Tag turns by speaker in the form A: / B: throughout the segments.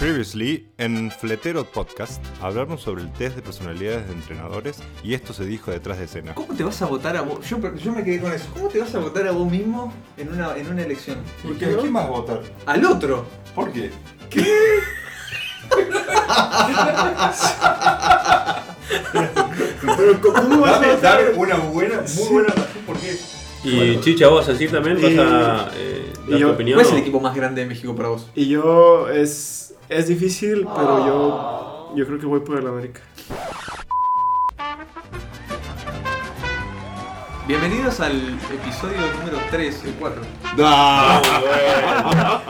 A: Previously, en Fletero Podcast, hablamos sobre el test de personalidades de entrenadores y esto se dijo detrás de escena.
B: ¿Cómo te vas a votar a vos? Yo, yo me quedé con eso. ¿Cómo te vas a votar a vos mismo en una, en una elección?
C: ¿Por qué? ¿A quién vas a votar?
B: Al otro.
C: ¿Por qué?
B: Pero ¿cómo vas a
C: Dame
B: votar?
C: dar una buena, muy buena razón por qué.
D: Y Chicha, vos así también vas a eh, dar
E: y
D: tu
E: yo-
D: opinión.
B: ¿Cuál es el
D: o-
B: equipo más grande de México para vos?
E: Y yo es, es difícil, pero yo, yo creo que voy por el América.
B: Bienvenidos al episodio número 3, el 4.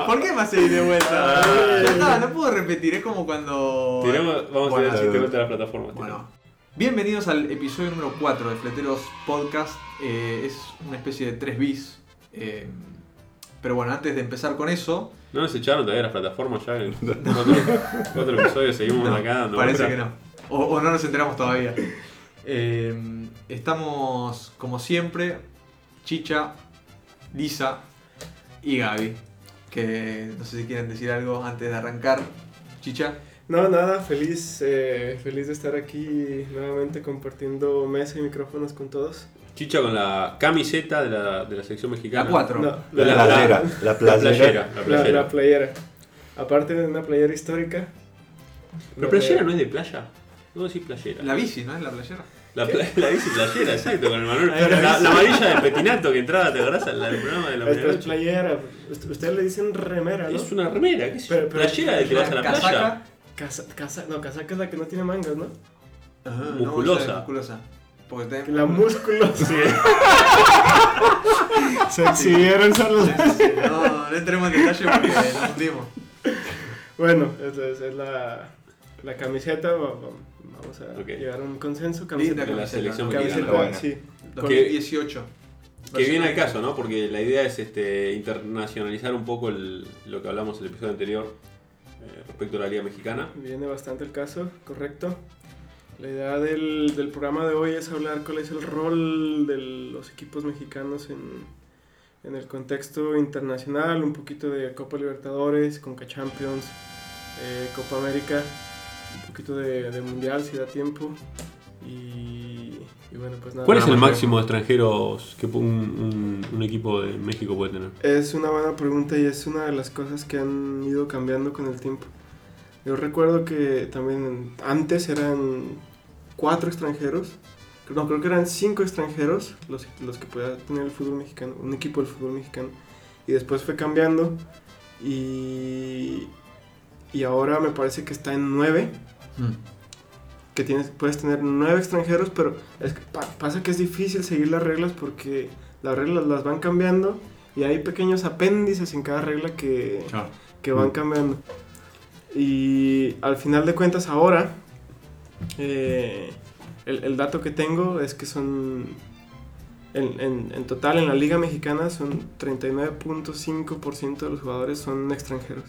B: ¿Por qué me hacéis de vuelta? Ya está, no puedo repetir, es como cuando...
D: Tiramos- vamos
B: Bueno,
D: a ver si te gusta la plataforma.
B: Bueno, bienvenidos al episodio número 4 de Fleteros Podcast. Eh, es una especie de 3 bis. eh, pero bueno, antes de empezar con eso,
D: No nos echaron todavía las plataformas ya. En otro, otro episodio seguimos
B: No,
D: acá. dando
B: parece
D: vueltas.
B: que no. O, o no nos enteramos todavía. Eh, estamos, como siempre, Chicha, Lisa y Gaby. Que no sé si quieren decir algo antes de arrancar. Chicha.
E: No, nada, feliz, eh, feliz de estar aquí nuevamente compartiendo mesa y micrófonos con todos.
D: Chicha con la camiseta de la, de la sección mexicana.
B: La 4.
E: No,
D: La
A: La
D: playera.
A: playera. La
D: La
A: playera.
D: playera. La
E: la,
D: playera.
E: la playera. Aparte de una playera histórica.
D: Pero playera no es de playa. No decís playera.
B: La bici, ¿no? Es la playera.
D: La, pla- la bici playera, exacto, con el Manuel. La, la amarilla de Petinato que entraba, ¿te acordás? al al programa de la
E: Esta es
D: medianoche.
E: playera. Ust- Ustedes le dicen remera, ¿no?
D: Es una remera, ¿qué es
E: Pero- pero-
D: Playera de que vas a la playa.
B: Casaca.
E: Casa- casa- no, casaca es la que no tiene mangas, ¿no?
B: Ajá, no,
D: Musculosa.
B: esa es musculosa. Porque tenemos-
E: La musculosa. Se exhibieron solos.
B: No, no entremos en detalle porque nos hundimos.
E: Bueno, esa es, es la, la camiseta. va- va- Vamos a
D: Ok.
E: llegar a un consenso.
B: Linda
E: Camiseta.
D: De la selección
E: camiseta,
D: mexicana.
A: Buena.
E: sí. Con-
B: 2018.
D: Que viene al caso, ¿no? Porque la idea es este, internacionalizar un poco el- lo que hablamos en el episodio anterior eh, respecto a la Liga Mexicana.
E: Viene bastante el caso, correcto. La idea del, del programa de hoy es hablar cuál es el rol de los equipos mexicanos en, en el contexto internacional, un poquito de Copa Libertadores, Conca Champions, eh, Copa América, un poquito de, de Mundial si da tiempo. Y, y bueno, pues nada.
D: ¿Cuál es
E: nada
D: el
E: más.
D: máximo de extranjeros que un, un- un equipo de México puede tener?
E: Es una buena pregunta y es una de las cosas que han ido cambiando con el tiempo. Yo recuerdo que también antes eran cuatro extranjeros, no, creo que eran cinco extranjeros los, los que podía tener el fútbol mexicano, un equipo del fútbol mexicano. Y después fue cambiando y, y ahora me parece que está en nueve,
B: Mm.
E: que tienes, puedes tener nueve extranjeros, pero es que pa- pasa que es difícil seguir las reglas porque las reglas las van cambiando y hay pequeños apéndices en cada regla que, que van cambiando. Y al final de cuentas ahora, eh, el, el dato que tengo es que son, en, en- en total en la Liga Mexicana son 39.5% de los jugadores son extranjeros.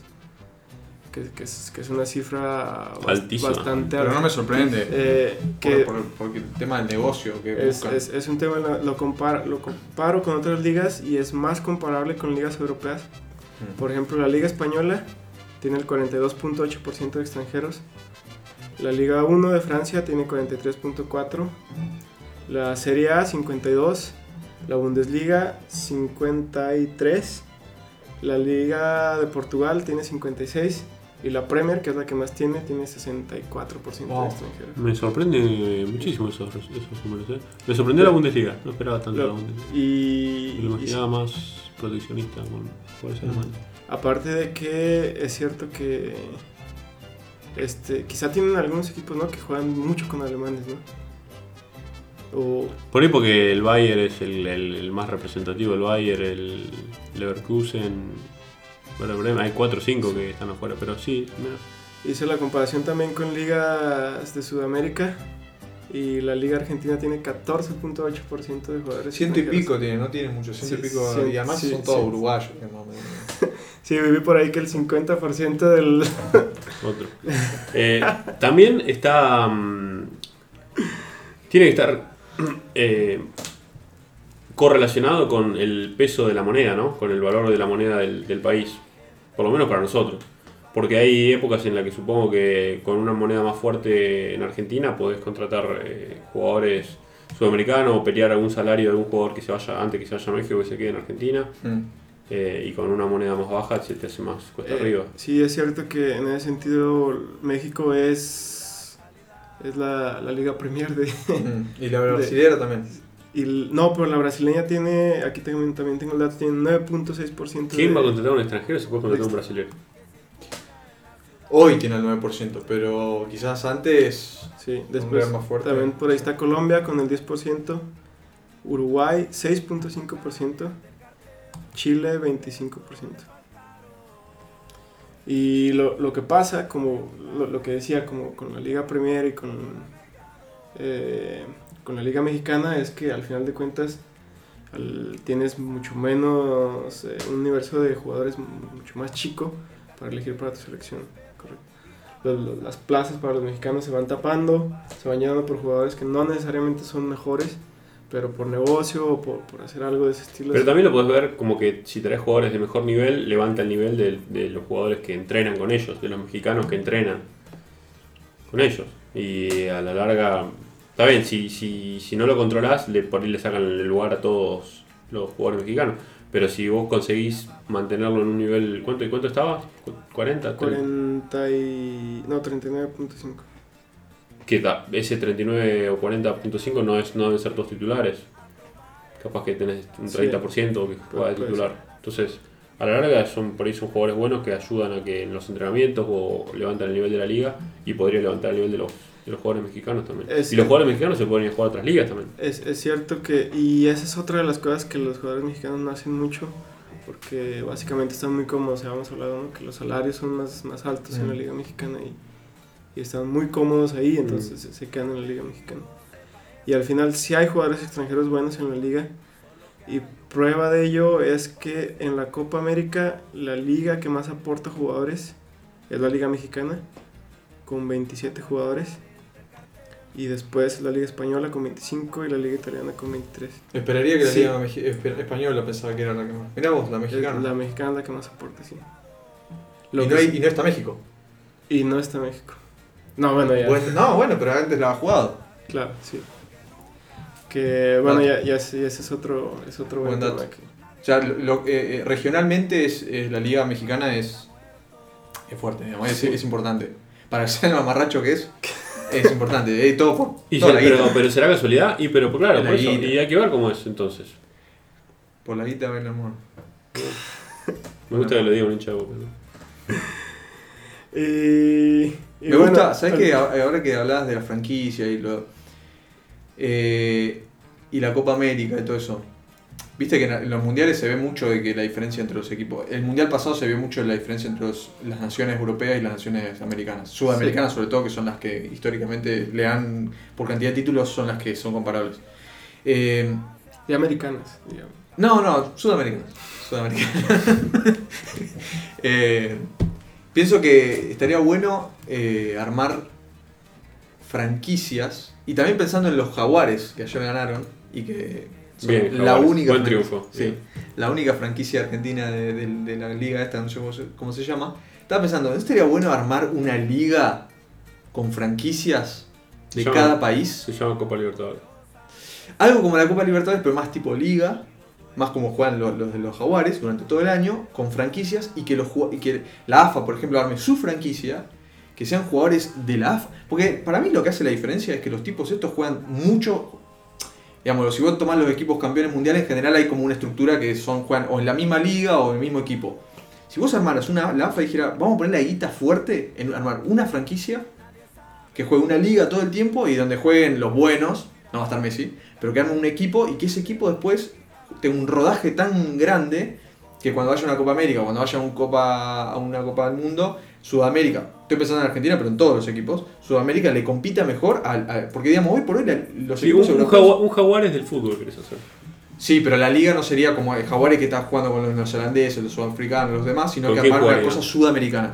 E: Que, que es, que es una cifra bas-
D: Altísima.
E: bastante
B: Pero
E: alta.
B: no me sorprende.
E: Eh, que
B: por, por- porque el tema del negocio que
E: es,
B: buscan.
E: es- es un tema, lo, lo comparo, lo comparo con otras ligas y es más comparable con ligas europeas.
B: Mm.
E: Por ejemplo, la Liga Española tiene el 42.8% de extranjeros. La Liga 1 de Francia tiene 43.4%. La Serie A 52%. La Bundesliga 53%. La Liga de Portugal tiene 56%. Y la Premier, que es la que más tiene, tiene 64%
B: Wow.
E: de extranjeros.
D: Me sorprende eh, muchísimo esos, esos números. ¿eh? Me sorprendió la Bundesliga. No esperaba tanto la
E: Lo-
D: Bundesliga.
E: y,
D: Me lo imaginaba más proteccionista con jugadores alemanes.
E: Aparte de que es cierto que este, quizá tienen algunos equipos ¿no? que juegan mucho con alemanes, ¿no? O
D: Por ahí porque el Bayern es el, el- el más representativo. El Bayern, el Leverkusen, Werder Bremen. Hay 4 o 5 que están afuera. Pero sí, mira.
E: hice la comparación también con ligas de Sudamérica y la Liga Argentina tiene 14.8% de jugadores.
B: Ciento y
E: extranjeros.
B: pico tiene, no tiene mucho, ciento y
E: Sí,
B: pico.
E: sí,
B: y además
E: sí,
B: son todos
E: sí.
B: uruguayos. que no me-
E: Sí, viví por ahí que el 50% del...
D: Otro. Eh, también está. mm, tiene que estar eh, correlacionado con el peso de la moneda, ¿no? Con el valor de la moneda del, del país. Por lo menos para nosotros. Porque hay épocas en las que supongo que con una moneda más fuerte en Argentina podés contratar eh, jugadores sudamericanos o pelear algún salario de algún jugador que se vaya antes que se vaya a México que se quede en Argentina.
B: Mm.
D: Eh, y con una moneda más baja se te hace más cuesta
E: Eh,
D: arriba.
E: Sí, es cierto que en ese sentido México es, es la, la Liga Premier de...
B: Mm. Y la brasilera también.
E: y l- no, pero la brasileña tiene, aquí también, también tengo el dato, tiene 9.6% de...
D: ¿Quién va a contratar a un extranjero si puede contratar a un brasileño?
B: Hoy tiene el 9%, pero quizás antes.
E: Sí,
B: lugar
E: después
B: más fuerte.
E: también por ahí está Colombia con el 10%, Uruguay 6.5%, Chile 25%. Y lo, lo que pasa, como lo, lo que decía, como con la Liga Premier y con, eh, con la Liga Mexicana, es que al final de cuentas al- tienes mucho menos, eh, un universo de jugadores mu- mucho más chico para elegir para tu selección. Correcto los- los- las plazas para los mexicanos se van tapando, se van llenando por jugadores que no necesariamente son mejores, pero por negocio o por, por hacer algo de ese estilo.
D: Pero también lo podés ver como que si traes jugadores de mejor nivel, levanta el nivel del- de, los jugadores que entrenan con ellos, de los mexicanos que entrenan con ellos. Y a la larga, está bien, si, si, si no lo controlás, le, por ahí le sacan el lugar a todos los jugadores mexicanos. Pero si vos conseguís mantenerlo en un nivel, ¿cuánto, cuánto estabas? ¿Cu- ¿40? 30?
E: 40 y... no, 39.5.
D: Que da- ese 39 o 40.5 no, es, no deben ser todos titulares. Capaz que tenés un
E: Sí.
D: 30% que juega de
E: Puede
D: titular. Entonces, a la larga son por ahí son jugadores buenos que ayudan a que en los entrenamientos o levantan el nivel de la liga y podría levantar el nivel de los, de los jugadores mexicanos también.
E: Es-
D: y los jugadores mexicanos se pueden ir a jugar a otras ligas también.
E: Es, es cierto que, y esa es otra de las cosas que los jugadores mexicanos no hacen mucho, porque básicamente están muy cómodos, habíamos hablado, ¿no? que los salarios son más, más altos en la
B: Mm.
E: Liga Mexicana y, y están muy cómodos ahí, entonces se, se quedan en la Liga Mexicana. Y al final sí hay jugadores extranjeros buenos en la liga, y prueba de ello es que en la Copa América la liga que más aporta jugadores es la Liga Mexicana, con 27 jugadores. Y después la Liga Española con 25 y la Liga Italiana con 23.
B: Esperaría que la
E: Sí.
B: Liga Meji- esper- Española pensaba que era la que más. Mirá vos, la mexicana.
E: Es La mexicana es la que más aporta, sí.
B: Y,
E: Lo que
B: no hay-
E: sí-
B: y no está México.
E: y no está México. No, bueno, ya.
B: Bueno, no, bueno, pero antes la ha jugado.
E: Claro, sí. Que bueno,
B: Dato.
E: ya, ya, ese- ya ese es otro, es otro
B: Buen
E: buen
B: dato.
E: tema que-
B: O sea, lo- lo- eh, eh, regionalmente es, eh, la Liga Mexicana es, es fuerte, digamos, es,
E: Sí.
B: es importante. Para ser el mamarracho que es, es importante. Eh, todo por
D: Y
B: toda
D: se-
B: la
D: pero,
B: guita.
D: pero será casualidad, y pero pues, claro,
B: La
D: por eso.
B: guita.
D: Y hay que ver cómo es entonces.
B: Por la guita ven amor.
D: Me gusta que lo diga un hincha de Boca, ¿no?
E: Y, y
B: Me
E: bueno,
B: gusta, ¿sabes
E: al-
B: qué? A- Ahora que hablabas de la franquicia y lo. eh, y la Copa América y todo eso. Viste que en la- en los mundiales se ve mucho de que la diferencia entre los equipos. El mundial pasado se vio mucho la diferencia entre los- las naciones europeas y las naciones americanas. Sudamericanas, sobre todo, que son las que históricamente le dan. Por cantidad de títulos, son las que son comparables. Eh,
E: Y americanas, digamos.
B: no, no, sudamericanos. Sudamericanos. Eh, pienso que estaría bueno eh, armar franquicias. Y también pensando en los jaguares que ayer ganaron y que son
D: Bien,
B: la
D: Jaguares.
B: única
D: Buen
B: franqui-
D: triunfo,
B: sí,
D: bien.
B: la única franquicia argentina de, de- de la liga esta, no sé cómo se, cómo se llama. Estaba pensando, ¿no estaría bueno armar una liga con franquicias de
D: Se llama-
B: cada país?
D: Se llama Copa Libertadores.
B: Algo como la Copa Libertadores, pero más tipo liga, más como juegan los, los de los jaguares durante todo el año, con franquicias, y que, los, jugua- y que la AFA, por ejemplo, arme su franquicia, que sean jugadores de la AFA. Porque para mí lo que hace la diferencia es que los tipos estos juegan mucho. Digamos, si vos tomás los equipos campeones mundiales, en general hay como una estructura que son juegan o en la misma liga o en el mismo equipo. Si vos armaras una, la AFA dijera, vamos a poner la guita fuerte en armar una franquicia que juegue una liga todo el tiempo y donde jueguen los buenos, no va a estar Messi, pero que armen un equipo y que ese equipo después tenga un rodaje tan grande que cuando vaya a una Copa América, cuando vaya a, un Copa, a una Copa del Mundo, Sudamérica, estoy pensando en Argentina, pero en todos los equipos, Sudamérica le compita mejor al, al- porque digamos, hoy por hoy la- los
D: Sí, un,
B: equipos
D: un
B: europeos-
D: jagua- un jaguares del fútbol querés hacer.
B: Sí, pero la liga no sería como el Jaguares que está jugando con los neozelandeses, los sudafricanos, los demás, sino
D: ¿Con
B: que
D: quién
B: armar una
D: jugaría?
B: cosa sudamericana.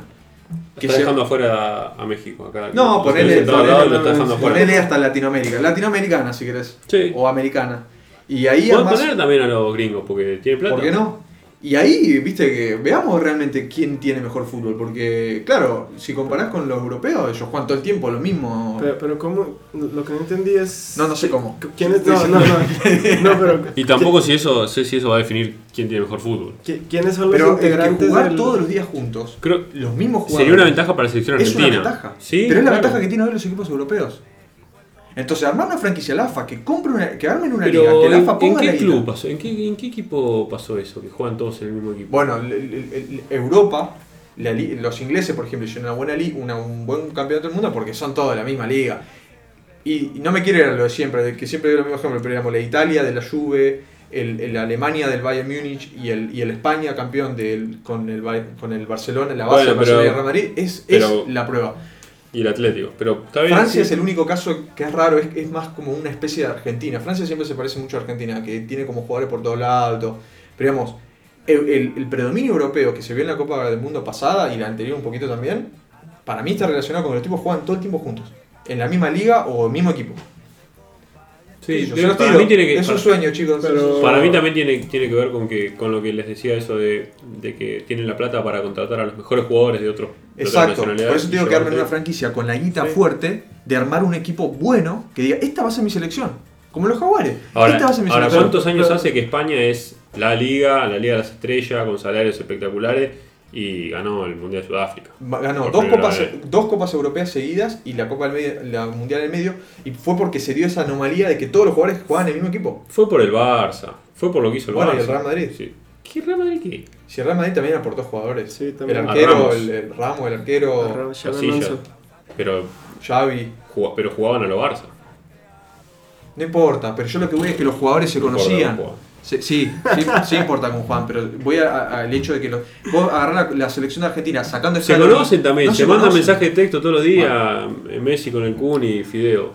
B: Que
D: Está
B: sea-
D: dejando afuera a, a México. Acá,
B: No,
D: Los
B: ponele-
D: tenés sentado al
B: ponele-
D: lado y lo está dejando afuera.
B: Ponele hasta Latinoamérica, latinoamericana si querés,
D: Sí.
B: o americana. Y ahí
D: Pueden
B: armás-
D: poner también a los gringos porque tiene plata.
B: ¿Por qué no? Y ahí, viste, que veamos realmente quién tiene mejor fútbol. Porque, claro, si comparás con los europeos, ellos juegan todo el tiempo lo mismo.
E: Pero, pero ¿cómo? Lo que no entendí es...
B: No, no sé cómo.
E: ¿Quién es? No, no, no. No, pero...
D: Y tampoco si eso, sé si eso va a definir quién tiene mejor fútbol.
E: ¿qui- ¿Quiénes son los
B: Pero el que
E: integrantes
B: jugar
E: del-
B: todos los días juntos,
D: Creo
B: los mismos jugadores.
D: sería una ventaja para la selección
B: Es
D: argentina.
B: una ventaja.
D: Sí,
B: pero es la
D: claro.
B: ventaja que tienen hoy los equipos europeos. Entonces, armar una franquicia la AFA, que compre una, que armen una liga,
D: Pero
B: que la
D: ¿en,
B: AFA
D: en
B: ponga la
D: qué
B: guita.
D: club pasó? ¿En qué, en qué equipo pasó eso? Que juegan todos en el mismo equipo.
B: Bueno, el- el- el- Europa, la li- los ingleses, por ejemplo, hicieron una buena liga, una, un buen campeonato del mundo porque son todos de la misma liga. Y, y no me quiero ir a lo de siempre, de que siempre veo los mismos ejemplos, pero digamos, la Italia de la Juve, el, el Alemania del Bayern Múnich y el, y el España campeón del, con, el, Bay- con el Barcelona, la base
D: Bueno,
B: del Barcelona y el
D: pero-
B: Real Madrid, es,
D: pero-
B: es la prueba.
D: Y el Atlético. Pero está bien.
B: Francia
D: sí.
B: es el único caso que es raro, es, es más como una especie de Argentina. Francia siempre se parece mucho a Argentina, que tiene como jugadores por todos lados. y todo. Pero digamos, el, el- el predominio europeo que se vio en la Copa del Mundo pasada y la anterior un poquito también, para mí está relacionado con que los tipos juegan todo el tiempo juntos. En la misma liga o el mismo equipo.
D: Sí,
B: Yo
D: pero
B: los
D: para
B: tiro.
D: mí tiene que.
B: es
D: para-
B: un sueño, chicos.
E: Pero-
B: es un sueño.
D: Para mí también tiene, tiene que ver con que con lo que les decía eso de, de que tienen la plata para contratar a los mejores jugadores de otros de otras
B: Exacto. Por
D: nacionalidades
B: eso
D: y
B: tengo que armar una
D: llevarlos
B: franquicia con la guita fuerte de armar un equipo bueno que diga, esta va a ser mi selección. Como los jaguares.
D: ahí. Ahora,
B: esta va a ser mi
D: ahora,
B: selección.
D: ¿cuántos años hace que España es la liga, la liga de las estrellas, con salarios espectaculares y ganó el Mundial de Sudáfrica?
B: Ganó
D: Por
B: dos
D: primera
B: copas,
D: vez.
B: dos copas europeas seguidas y la Copa del Medio- la Mundial del Medio, y fue porque se dio esa anomalía de que todos los jugadores jugaban en el mismo equipo.
D: Fue por el Barça, fue por lo que hizo el
B: Bueno,
D: Barça.
B: y el Real Madrid.
D: Sí. ¿Qué Real Madrid qué?
B: Si el Real Madrid también aportó jugadores.
E: Sí, también.
B: El
D: A
B: arquero,
D: Ramos.
B: el, el Ramo, el arquero,
E: Ra- Xabi
D: Casillas.
E: Alonso.
D: Pero,
B: Xavi.
D: jugá- pero jugaban a lo Barça.
B: No importa, pero yo lo que voy es que los jugadores se
D: No importa
B: conocían.
D: cómo jugaban.
B: Sí, sí, sí, sí importa con Juan, pero voy a- a- al hecho de que los, vos agarrás la, la selección de Argentina sacando
D: Se
B: Scaloni,
D: conocen también,
B: no
D: se, mandan
B: conocen.
D: mensajes de texto todos los días. eh, Messi con el Kun y Fideo.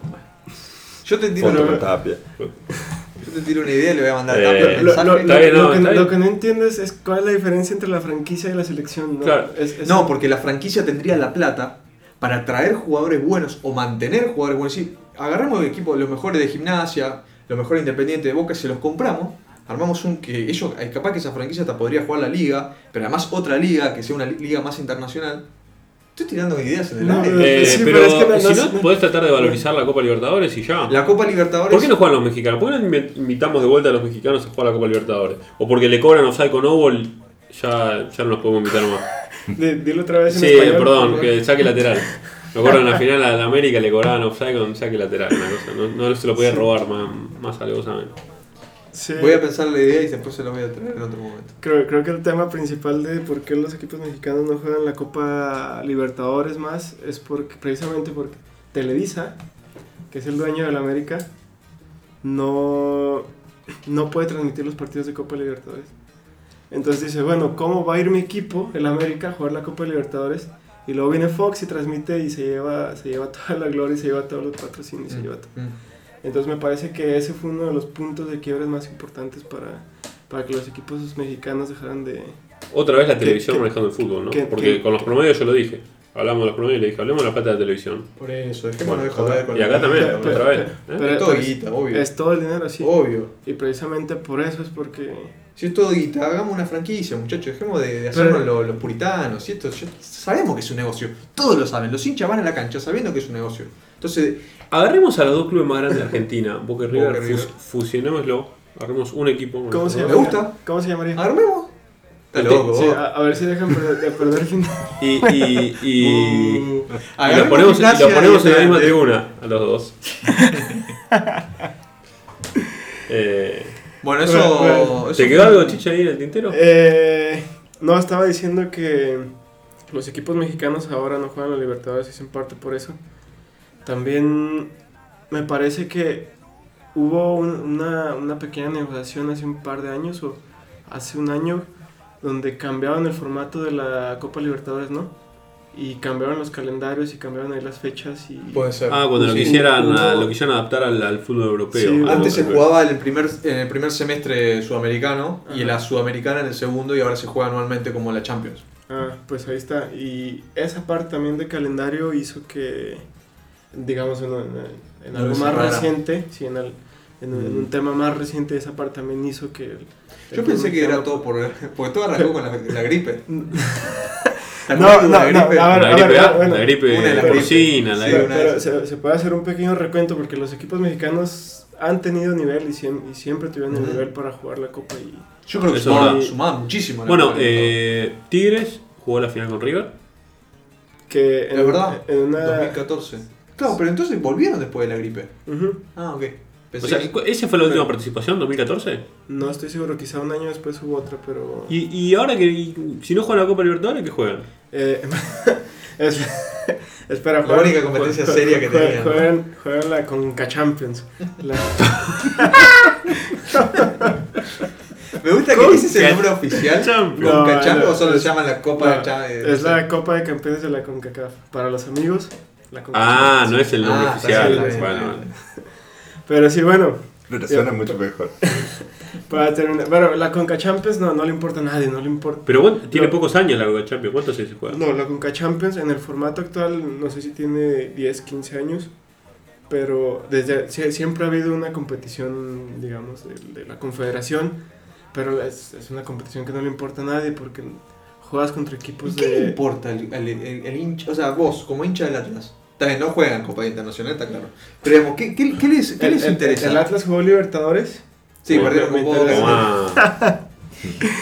B: Yo te tiro,
A: Foto
B: una,
A: con tapia.
B: yo te tiro una idea y le voy a mandar
D: Eh,
B: Tapia el
E: Lo, lo-
B: mensaje.
E: lo-
D: bien, no,
E: lo que,
D: está bien.
E: lo que no entiendes es cuál es la diferencia entre la franquicia y la selección. ¿no?
D: Claro.
E: Es- es-
B: No, porque la franquicia tendría la plata para traer jugadores buenos o mantener jugadores buenos. Sí, agarramos el equipo, los mejores de gimnasia, los mejores independientes de Boca, se los compramos, armamos un que ellos, eh, capaz que esa franquicia hasta podría jugar la liga, pero además otra liga, que sea una li- liga más internacional. Estoy tirando ideas en el
E: No,
B: aire.
D: Eh,
E: Sí,
D: pero
E: pero es que no-
D: si
E: no-
D: no, podés tratar de valorizar la Copa Libertadores y ya.
B: La Copa Libertadores...
D: ¿Por qué no juegan los mexicanos? ¿Por qué no invi- invitamos de vuelta a los mexicanos a jugar la Copa Libertadores? ¿O porque le cobran offside con Oval? Ya, ya no los podemos invitar más.
E: Di- dilo otra vez en
D: Sí,
E: español,
D: perdón,
E: porque-
D: que saque lateral. Lo cobran la final a la América, le cobraban offside con saque lateral. Una cosa. No, no se lo podía robar más, más alevosamente.
E: Sí.
B: Voy a pensar la idea y después se la voy a traer en otro momento.
E: Creo, creo que el tema principal de por qué los equipos mexicanos no juegan la Copa Libertadores más es porque precisamente porque Televisa, que es el dueño del América, no, no puede transmitir los partidos de Copa Libertadores. Entonces dice, bueno, ¿cómo va a ir mi equipo, el América, a jugar la Copa Libertadores? Y luego viene Fox y transmite y se lleva, se lleva toda la gloria y se lleva todos los patrocinios, se lleva todo.
B: Mm.
E: Entonces me parece que ese fue uno de los puntos de quiebres más importantes para, para que los equipos mexicanos dejaran de...
D: Otra vez la
E: ¿Qué-
D: televisión
E: qué-
D: manejando el fútbol, ¿no?
E: qué-
D: Porque
E: qué-
D: con los promedios yo lo dije. Hablamos de los promedios y le dije, hablemos de la plata de la televisión.
B: Por eso, dejémonos de
A: joder
B: joder
A: con
B: con
D: Y acá también, otra vez. ¿eh?
E: Pero- pues,
B: todo guita, obvio. Oh.
E: Es todo el dinero, sí.
B: Obvio.
E: Y precisamente por eso es porque...
B: Si es todo guita, hagamos una franquicia, muchachos, dejemos de, de hacernos
E: Pero-
B: lo- los, puritanos. Y esto, ya sabemos que es un negocio, todos lo saben, los hinchas van a la cancha sabiendo que es un negocio. Entonces,
D: Agarremos a los dos clubes más grandes de Argentina, Boca y River,
B: Boca y River.
D: fus- fusionémoslo, agarremos un equipo. con
E: ¿Cómo
D: los
E: se
D: dos.
E: llamaría?
B: Pues Me gusta. Ah,
E: ¿Cómo se llamaría?
B: armemos. Está
D: Sí,
B: loco,
E: Sí,
B: vos.
E: a, a ver si dejan perder- de perder el final.
D: Y, y, y, y
B: Agarremos
D: los ponemos, y los
B: gimnasia
D: ponemos
B: y
D: en la misma
B: adelante.
D: tribuna, a los dos. Eh,
B: Bueno, eso.
E: Bueno,
B: eso
D: ¿Te quedó
B: fue-
D: algo, Chicha, ahí en el tintero?
E: Eh, no, estaba diciendo que los equipos mexicanos ahora no juegan la Libertadores, es en parte por eso. También me parece que hubo un- una, una pequeña negociación hace un par de años o hace un año donde cambiaban el formato de la Copa Libertadores, ¿no? Y cambiaron los calendarios y cambiaron ahí las fechas y...
B: Puede ser.
D: Ah, cuando lo
B: Sí.
D: quisieran,
E: no.
D: a- lo quisieran adaptar al, al fútbol europeo.
E: Sí,
D: Ah,
B: Antes se
D: no,
B: jugaba en el primer, en el primer semestre sudamericano y
E: Ajá.
B: la sudamericana en el segundo, y ahora se juega anualmente como la Champions.
E: Ah, pues ahí está. Y esa parte también de calendario hizo que, digamos, en, en- en
B: No
E: algo
B: es
E: más
B: rara.
E: reciente, sí, en, al- en, un- en un tema más reciente de esa parte también hizo que... el-
B: Mm. Yo
E: el
B: pensé
E: fútbol
B: que era
E: mexicano-
B: todo por. Porque todo arrancó con la, la gripe. ¿Te
E: No,
B: acuerdas de
E: no,
B: la
E: no,
B: gripe?
E: a ver,
D: La gripe,
E: bueno, bueno.
D: la gripe
B: Una de las gripes.
D: porcina, la gripe.
E: Pero,
B: una
E: pero
B: vez.
E: se, se puede hacer un pequeño recuento porque los equipos mexicanos han tenido nivel y, siem- y siempre tuvieron el
B: Ujú.
E: nivel para jugar la Copa. Y,
B: Yo creo que
D: Eso
B: sumaba,
D: no.
B: sumaba muchísimo. la
D: Bueno,
B: Copa Libertadores.
D: eh, Tigres jugó la final con River.
E: que en,
B: Es
D: eh,
B: verdad.
E: en una...
B: 2014. Claro, pero entonces volvieron después de la gripe.
E: Ujú.
B: Ah, ok. Pensé
D: o sea,
B: que-
D: ¿cu- ¿esa fue la última
E: Pero-
D: participación, 2014?
E: No estoy seguro, quizá un año después hubo otra, pero...
D: Y, y ahora que y- si no juegan la Copa Libertadores, ¿qué juegan?
E: Eh, es- espera,
B: La única competencia seria que tenían, ¿no?
E: Juegan, juegan la Conca Champions. La-
B: me gusta que ese es el nombre oficial.
D: Champions.
E: No,
B: ¿Conca Champions
E: no,
B: o solo
E: es-
B: se llaman la Copa
E: la-
B: Cha- eh,
E: es
B: no sé?
E: la Copa de Campeones de la CONCACAF. Para los amigos, la Conca
D: Ah,
E: Champions.
D: no es el nombre
B: Ah, está
D: oficial.
E: bien, está
D: bueno,
B: bien.
D: vale.
E: Pero sí, bueno,
A: Pero suena mucho mejor.
E: para terminar. Bueno, la Conca Champions no, no le importa a nadie, no le importa.
D: Pero bueno, tiene
E: No.
D: pocos años la Copa Champions. ¿Cuántos años se juega?
E: No, la Conca Champions en el formato actual no sé si tiene 10, 15 años, pero desde sie- siempre ha habido una competición, digamos, de, de la Confederación, pero es, es una competición que no le importa a nadie porque juegas contra
B: ¿Y
E: equipos
B: qué le
E: de...
B: importa al, al- el- el hincha? O sea, vos, como hincha del Atlas. También no juegan Copa Internacional, está claro. Pero digamos, ¿qué, qué, qué les, qué
E: El-
B: les
E: el-
B: interesa?
E: El, Atlas jugó Libertadores.
B: sí, perdieron con
E: Obviamente,
B: vos.
D: Tomá.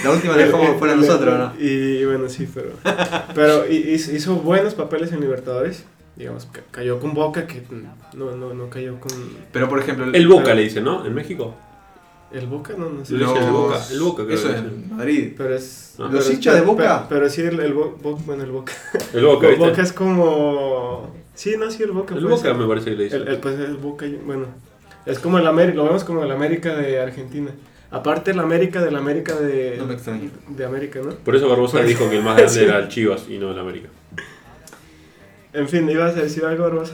B: La última la dejamos fuera nosotros, ¿no?
E: Eh, Y, bueno, sí, pero... pero hi- hizo, hizo buenos papeles en Libertadores. Digamos, ca- cayó con Boca, que no, no, no cayó con...
B: Pero por ejemplo,
D: El Boca le dicen, ¿no? En México.
E: ¿El Boca? No, no sé.
D: Lo dice el Boca, el Boca creo
B: eso
D: que
B: es
D: dice.
B: en Madrid.
E: Pero es.
D: Ah.
E: pero-
B: ¿Los hinchas de
E: pero-
B: Boca?
E: Pero, sí, el, el Bo- Bo- bueno, el Boca.
D: El Boca, ¿viste?
E: Boca es como. Sí, no, sí, el Boca.
D: el
E: puede
D: Boca
E: ser.
D: me parece que le dicen.
E: El, el- pues el Boca, yo- bueno. Es como el América, lo vemos como el América de Argentina. Aparte, el América del América de.
B: No me extraña.
E: De América, ¿no?
D: Por eso Barbosa dijo que el más grande era el Chivas y no el América.
E: En fin, ibas a decir algo, Barbosa.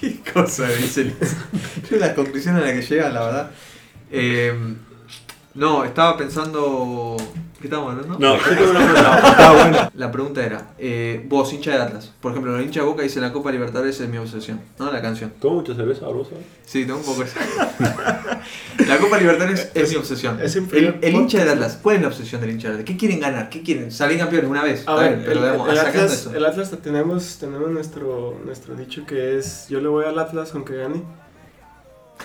B: Qué cosa dice el- Yo las conclusiones a las que llegan, la verdad. Eh, no, estaba pensando. ¿Qué estábamos hablando?
D: No, yo tengo una pregunta.
B: La pregunta era, eh, vos, hincha de Atlas, por ejemplo, los hincha de Boca dice la Copa Libertadores es mi obsesión, ¿no? La canción.
D: ¿Toma mucha cerveza, Barbosa?
B: Sí, tengo un poco eso. la Copa Libertadores es, mi obsesión.
E: es el primer
B: el, el hincha
E: podcast.
B: del Atlas, ¿cuál es la obsesión del hincha del Atlas? ¿Qué quieren ganar? ¿Qué quieren? Salir campeones una vez.
E: A
B: Está
E: ver,
B: bien, pero
E: el,
B: digamos,
E: el
B: sacando
E: Atlas,
B: eso.
E: el Atlas tenemos, tenemos nuestro, nuestro dicho que es: Yo le voy al Atlas aunque gane.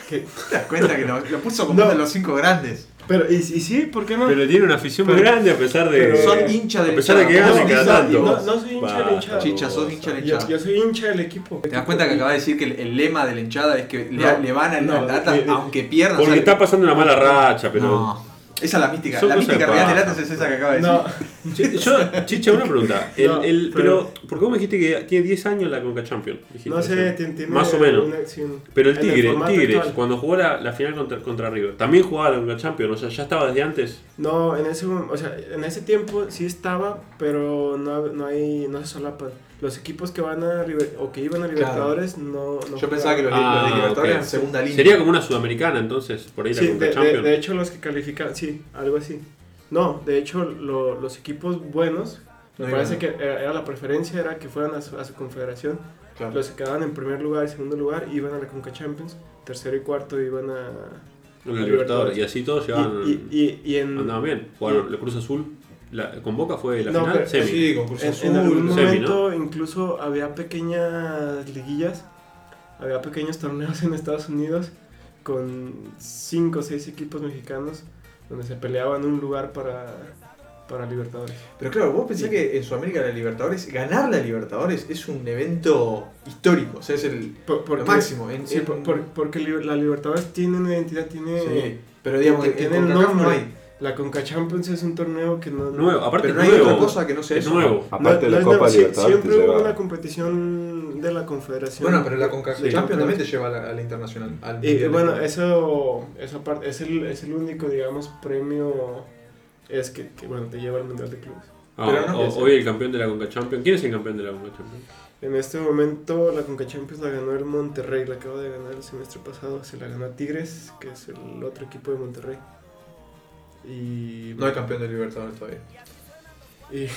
E: Que-
B: ¿Te das cuenta que lo, lo puso como
E: No.
B: uno de los cinco grandes?
E: pero, y, y sí, ¿por qué no?
D: Pero tiene una afición
E: Pero-
D: muy grande a pesar de.
E: pero-
B: Son hincha del
D: A pesar de que
B: hincha.
E: No,
D: ganen
E: no,
D: cada
E: no,
D: tanto.
E: no, no soy hincha del
D: Basta,
E: hincha.
B: Chicha, sos hincha del
E: Yo,
B: hinchada.
E: yo soy hincha del equipo.
B: ¿Te das cuenta que acaba de decir que el, el lema de la hinchada es que le,
E: No,
B: le van al
E: no,
B: al Atlas
E: de- de-
B: aunque pierdan?
D: eh, Porque
B: sale-
D: está pasando una mala racha, pero.
B: No. Esa es la mística.
D: Son
B: La
D: cosas
B: mística
D: de
B: real del
D: paja.
B: Atlas es esa que acaba de decir.
E: No,
D: Chi- Yo, Chicha, una pregunta. El-
E: No,
D: el- pero,
E: pero-
D: ¿por qué vos me dijiste que tiene 10 años la Conca Champions? Dijiste,
E: no sé,
D: o sea,
E: tiene, tiene
D: Más o menos.
E: una acción.
D: Pero el
E: En
D: Tigre, el
E: formato
D: Tigres,
E: actual.
D: cuando jugó la, la final contra, contra River, también jugaba la Conca Champions, o sea, ya estaba desde antes.
E: No, en ese, mom- o sea, en ese tiempo sí estaba, pero no, no hay, no se solapan. Los equipos que van a Liber- o que iban a Libertadores no, no
B: Yo pensaba que los,
E: jugaban.
D: Ah,
B: los Libertadores
D: ok.
B: eran segunda línea.
D: Sería como una sudamericana, entonces, por ahí la
E: Sí,
D: Conca
E: de, de-
D: Champions.
E: de hecho los que califican, sí, algo así. No, de hecho lo- los equipos buenos, me
B: No iban.
E: parece que era, era la preferencia era que fueran a su- a su confederación.
B: Claro.
E: Los que quedaban en primer lugar y segundo lugar iban a la Conca Champions, tercero y cuarto iban a...
D: Los de Libertadores, y así todos llevaban.
E: Y, y, y- y en,
D: Andaban bien. Jugaron la Cruz Azul, la, con Boca fue la
E: No,
D: final,
E: pero-
D: semi.
B: Sí, concurso
E: en, en algún
D: ¿no?
E: momento
D: Semi,
E: incluso había pequeñas liguillas, había pequeños torneos en Estados Unidos con cinco o seis equipos mexicanos donde se peleaban un lugar para, para Libertadores.
B: Pero claro, vos pensás que en Sudamérica la Libertadores, ganar la Libertadores es un evento histórico. O sea, es el
E: Por,
B: lo máximo. En,
E: Sí,
B: en-
E: por- por- porque li- la Libertadores tiene una identidad, tiene...
B: Sí, Pero digamos, eh, en,
E: tiene
B: en
E: el
B: CONCACAF no
E: nombre.
B: hay.
E: La Conca Champions es un torneo que no...
D: Nuevo, aparte
B: Pero no
D: es
B: hay
D: nuevo.
B: otra cosa que no sea
D: es
B: eso.
D: nuevo.
A: Aparte de la
E: es
A: Copa
E: nuevo, sí,
A: Libertadores que
E: Siempre hubo
A: lleva-
E: una competición de la Confederación.
B: Bueno, pero la CONCACAF
E: Sí.
B: Champions también te lleva a la, a la internacional. Al
E: Y, eh, bueno, eso, esa parte, es, el, es el único, digamos, premio es que, que, bueno, te lleva al Mundial de Clubes.
D: Ah,
B: Pero no
D: o-
B: es eso.
D: hoy el campeón de la Conca Champions. ¿Quién es el campeón de la Conca Champions?
E: En este momento la Conca Champions la ganó el Monterrey, la acaba de ganar el semestre pasado, se la ganó a Tigres, que es el otro equipo de Monterrey. Y,
B: No hay campeón de Libertadores todavía.
E: Ah, y-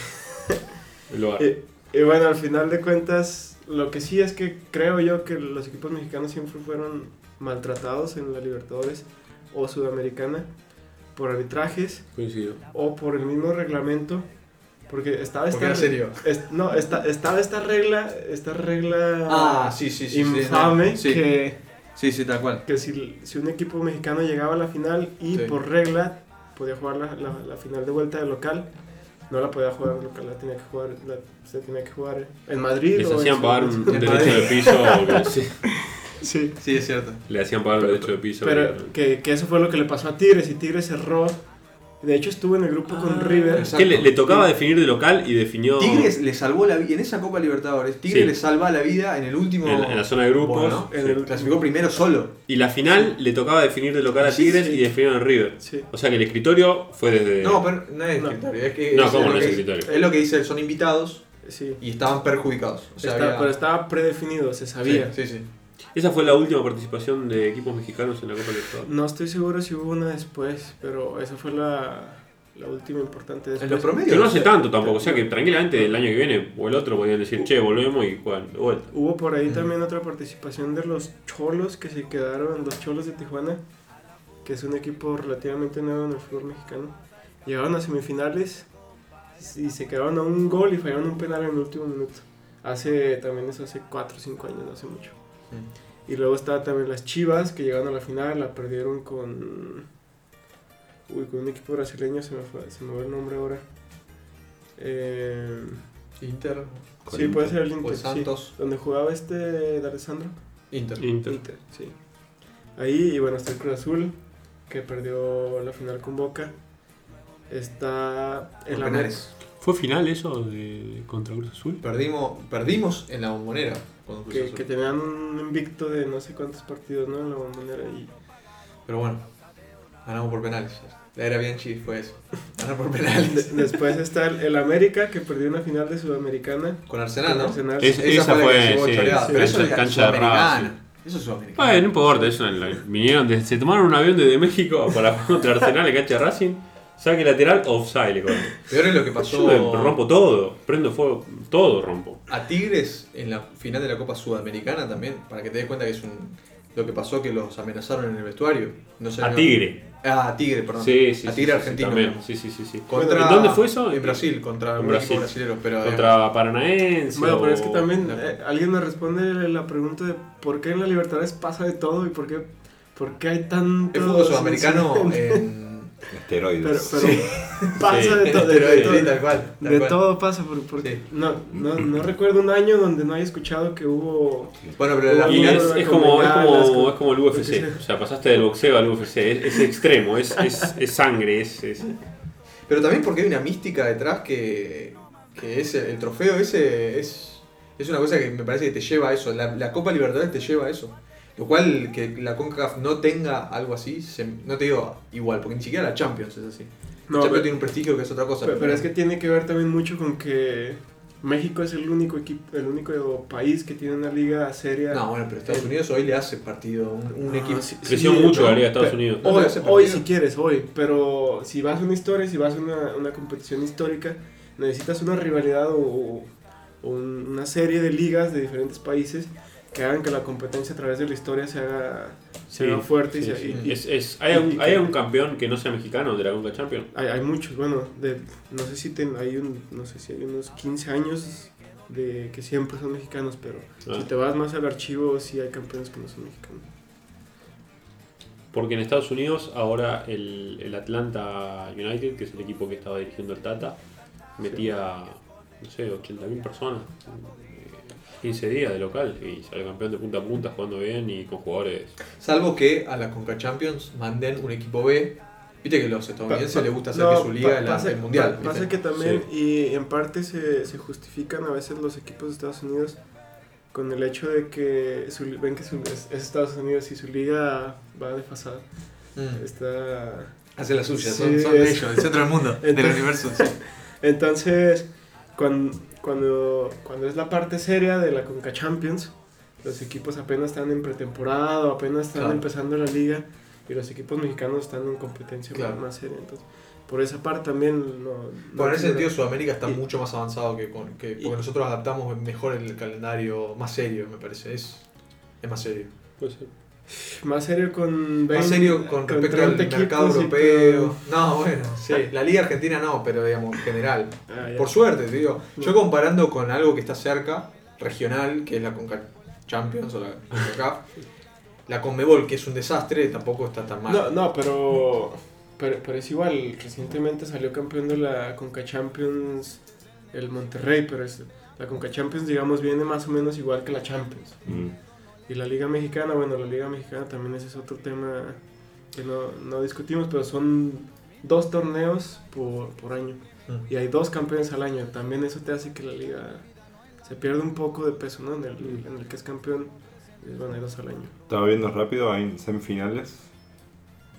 D: El hogar.
E: Eh, Y bueno, al final de cuentas, lo que sí es que creo yo que los equipos mexicanos siempre fueron maltratados en la Libertadores o Sudamericana por arbitrajes
D: Coincido.
E: o por el mismo reglamento. Porque estaba esta.
B: Porque era serio.
E: es- no, esta- estaba esta regla. Esta regla.
B: Ah, sí, sí, sí. sí, no.
E: infame
B: Sí,
E: que,
B: sí, sí, tal cual.
E: que si, si un equipo mexicano llegaba a la final y
B: Sí.
E: por regla podía jugar la, la- la final de vuelta de local, no la podía jugar de local, la tenía que jugar, la- se tenía que jugar en Madrid.
D: Les
E: o en
D: hacían
E: su-
D: pagar un, un
B: En
D: derecho de
B: Madrid.
D: piso. que sí,
E: Sí,
B: Sí, es cierto.
D: le hacían pagar un derecho de piso.
E: pero que, que eso fue lo que le pasó a Tigres y Tigres cerró. De hecho estuvo en el grupo con
B: Ah,
E: River.
B: exacto.
D: que le, le tocaba definir de local y definió
B: Tigres le salvó la vida. En esa Copa Libertadores, Tigres
D: Sí.
B: le salva la vida en el último.
D: en, la- en la zona de grupos.
B: Bueno,
D: sí.
E: en el-
B: Clasificó primero solo.
D: Y la final le tocaba definir de local a
E: Sí,
D: Tigres
E: sí.
D: y definieron en River.
E: Sí.
D: O sea que el escritorio fue desde.
B: No, pero no es
E: No.
B: escritorio. Es que
D: No,
B: es
D: ¿cómo
B: lo
D: no es
B: que-
D: escritorio?
B: Es lo que dice, son invitados
E: Sí.
B: y estaban perjudicados. O sea,
E: Estaba-
B: había-
E: Pero estaba predefinido, se sabía.
B: Sí, sí, sí.
D: Esa fue la última participación de equipos mexicanos en la Copa Libertadores.
E: No estoy seguro si hubo una después, pero esa fue la, la última importante.
B: En
E: Después.
B: los promedios.
D: Que no hace tanto tampoco, o sea que tranquilamente el año que viene o el otro podían decir, che, volvemos y juegan de vuelta.
E: Hubo por ahí
B: Ujú.
E: también otra participación de los Cholos que se quedaron, los Cholos de Tijuana, que es un equipo relativamente nuevo en el fútbol mexicano. Llegaron a semifinales y se quedaron a un gol y fallaron un penal en el último minuto. Hace también eso, hace 4 o 5 años, no hace mucho. Y luego está también las Chivas que llegaron a la final, la perdieron con. Uy, con un equipo brasileño, se me fue, se me va el nombre ahora. Eh,
B: Inter.
E: sí, puede ser el Inter.
B: Pues
E: sí.
B: Santos.
E: Donde jugaba este de Alessandro.
B: Inter.
D: Inter.
E: sí. Ahí, y bueno, está el Cruz Azul, que perdió la final con Boca. Está
B: Por
E: el América.
B: penales.
D: ¿Fue final eso de contra Cruz Azul?
B: Perdimos, perdimos en la bombonera. con Cruz
E: Que,
B: Azul.
E: que tenían un invicto de no sé cuántos partidos, ¿no? En la bombonera. Y
B: Pero bueno, ganamos por penales. La era Bianchi fue eso. Ganar por
E: de-
B: penales.
E: después está el, el América, que perdió una final de Sudamericana.
B: Con Arsenal,
E: con
B: ¿no?
E: Arsenal.
D: Es- esa
B: la
D: fue,
B: que se llevó
D: sí,
B: choreada.
E: sí,
B: Pero eso
D: cancha-
B: es
D: cancha de
B: sudamericana.
D: Racing.
B: Eso es sudamericana.
D: Bueno, no importa, eso en la- vinieron, de- se tomaron un avión desde México para jugar contra Arsenal en cancha de Racing, saque lateral, offside. le cobran.
B: Peor es lo que
D: Yo me
B: pasó
D: rompo todo, prendo fuego, todo rompo.
B: a Tigres en la final de la Copa Sudamericana también. Para que te des cuenta que es un... Lo que pasó que los amenazaron en el vestuario. No sé,
D: A
B: no-
D: Tigre.
B: Ah, a Tigre, perdón.
D: Sí, sí,
B: a
D: sí,
B: Tigre
D: sí,
B: argentino.
D: Sí, también. sí, sí, sí, sí.
B: Contra-
D: ¿En dónde fue eso?
B: En Brasil, contra
D: En
B: un
D: Brasil.
B: equipo brasilero. Pero, eh,
D: Contra Paranaense.
E: Bueno, pero
D: o-
E: es que también
B: la-
E: eh, alguien me responde la pregunta de por qué en la Libertadores pasa de todo y por qué, por qué hay tanto...
B: el fútbol sudamericano en...
E: Pero, pero
A: Esteroides.
E: pasa
D: Sí.
E: de, todo de,
B: Pero,
E: todo-
B: sí, tal cual. tal
E: de
B: cual.
E: todo pasa, por- porque
B: Sí.
E: no, no, no recuerdo un año donde no haya escuchado que hubo...
B: Bueno, pero la
E: Uy,
D: Y
B: final...
D: es, es
E: con
D: como, es,
E: bengalas,
D: como,
E: con-
D: es como el UFC.
E: lo que sea.
D: O sea, pasaste del boxeo al UFC. Es, es extremo, es, es, es sangre. Es, es-
B: Pero también porque hay una mística detrás que, que es el, el trofeo ese es, es una cosa que me parece que te lleva a eso. La, la Copa Libertadores te lleva a eso. Lo cual que la CONCACAF no tenga algo así, se- no te digo igual, porque ni siquiera la Champions es así. La
E: No,
B: Champions
E: pero,
B: tiene un prestigio que es otra cosa.
E: pero- pero es que tiene que ver también mucho con que México es el único equipo, el único país que tiene una liga seria.
B: No, bueno, pero Estados Unidos hoy le hace partido un, un
E: No,
B: equipo.
E: Ah, sí,
D: creció mucho la Liga de
E: pero-
D: Estados Unidos.
B: No
E: Hoy,
B: te hace
E: hoy
B: partido.
E: si quieres, hoy. Pero si vas a una historia, si vas a una, una competición histórica, necesitas una rivalidad o, o un- una serie de ligas de diferentes países que hagan que la competencia a través de la historia se haga, se haga
D: Sí,
E: fuerte. y
D: sí,
E: se-
D: sí.
E: y- y-
D: Es- es- ¿Hay, algún, hay algún campeón que no sea mexicano de la Conca Champions?
E: hay, hay muchos, bueno, de, no, sé si ten- hay un, no sé si hay unos 15 años de que siempre son mexicanos, pero
D: Ah.
E: si te vas más al archivo, sí hay campeones que no son mexicanos.
D: Porque en Estados Unidos ahora el, el Atlanta United, que es el equipo que estaba dirigiendo el Tata, metía, no sé, 80.000 personas. eh, 15 días de local y salió campeón de punta a punta jugando bien y con jugadores.
B: Salvo que a la Conca Champions manden un equipo B. Viste que los estadounidenses
E: Pa-
B: les gusta hacer
E: no,
B: que su liga
E: pa-
B: es la,
E: pasa-
B: el mundial.
E: pa- Pasa
B: ¿viste?
E: que también, y en parte se, se justifican a veces los equipos de Estados Unidos con el hecho de que su li- ven que su- es, es Estados Unidos y su liga va desfasada.
B: Mm.
E: Está...
B: Hacen la suya,
E: Sí,
B: son, son de
E: es-
B: ellos, el centro del mundo, del
E: Entonces-
B: universo. sí.
E: Entonces, cuando, cuando, cuando es la parte seria de la Conca Champions, los equipos apenas están en pretemporada o apenas están
B: Claro.
E: empezando la liga y los equipos mexicanos están en competencia
B: Claro.
E: más seria. Entonces, por esa parte también... No, no
B: Bueno, en ese
E: figura.
B: sentido Sudamérica está
E: Y-
B: mucho más avanzado que, con, que
E: y-
B: porque nosotros adaptamos mejor el calendario más serio, me parece. Es, es más serio.
D: Puede ser.
E: Más serio con
B: Más serio con respecto al
E: 30
B: mercado
E: equipos y
B: europeo.
E: con-
B: No, bueno, sí. La liga argentina no, pero digamos, general.
E: Ah, ya.
B: Por suerte, te digo. Yo comparando con algo que está cerca, regional, que es la Conca Champions o la CONCACAF, la Conmebol, que es un desastre, tampoco está tan mal.
E: No, no, pero, pero. pero es igual. Recientemente salió campeón de la Conca Champions el Monterrey, pero es- la Conca Champions, digamos, viene más o menos igual que la Champions.
A: Mm.
E: Y la Liga Mexicana, bueno, la Liga Mexicana también ese es otro tema que no, no discutimos, pero son dos torneos por, por año.
B: Mm.
E: Y hay dos campeones al año. También eso te hace que la liga se pierda un poco de peso, ¿no? En el, en el que es campeón, es bueno, hay dos al año.
A: Estaba viendo rápido, hay semifinales